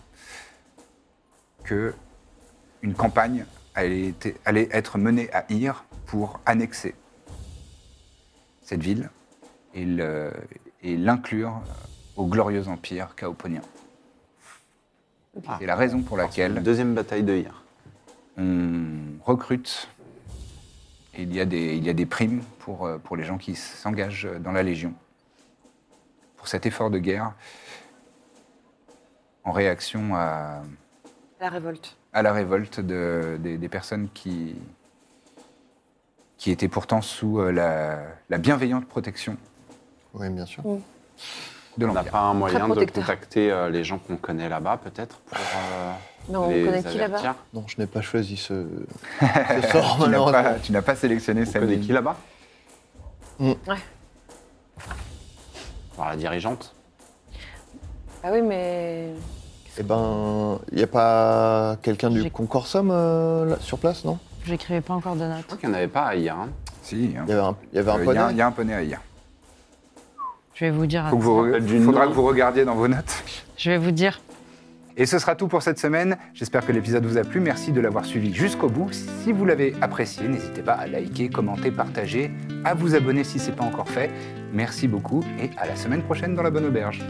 S1: que une campagne allait, été- allait être menée à Ir pour annexer cette ville et le- et l'inclure au glorieux empire chaoponien. C'est la raison pour laquelle
S5: Deuxième bataille de hier.
S1: on recrute. Et il y a des, il y a des primes pour, euh, pour les gens qui s'engagent dans la Légion. Pour cet effort de guerre en réaction à,
S4: La révolte.
S1: à la révolte de- des, des personnes qui, qui étaient pourtant sous euh, la, la bienveillante protection
S3: Oui, bien sûr.
S1: de
S5: On n'a
S1: l'Empire.
S5: pas un moyen de
S4: protecteur.
S5: contacter euh, les gens qu'on connaît là-bas, peut-être pour, euh,
S4: Non, on
S5: les
S4: connaît qui là-bas
S5: avertir
S3: Non, je n'ai pas choisi ce, ce sort,
S1: Tu n'as
S3: malheureusement.
S1: pas, tu n'as pas sélectionné
S5: On connaît
S1: Samy.
S5: qui là-bas
S3: Mm.
S4: Ouais.
S5: Par la dirigeante.
S4: Ah oui, mais.
S3: Eh ben, il n'y a pas quelqu'un du
S2: J'ai-
S3: concorsum euh, là- sur place, non
S2: J'écrivais pas encore de
S5: Je
S2: notes.
S5: crois qu'il n'y en avait pas à hier. hein.
S1: Si, hein.
S3: Il y avait un, il y avait un Ah,
S1: Euh, il y a un- il y a un poney
S3: poney
S1: à Hyre.
S2: Je vais vous dire.
S1: Faut que vous
S5: rappelle du
S1: re- faudra
S5: nom.
S1: que vous regardiez dans vos notes.
S2: Je vais vous dire.
S1: Et ce sera tout pour cette semaine. J'espère que l'épisode vous a plu. Merci de l'avoir suivi jusqu'au bout. Si vous l'avez apprécié, n'hésitez pas à liker, commenter, partager, à vous abonner si ce n'est pas encore fait. Merci beaucoup et à la semaine prochaine dans la bonne auberge.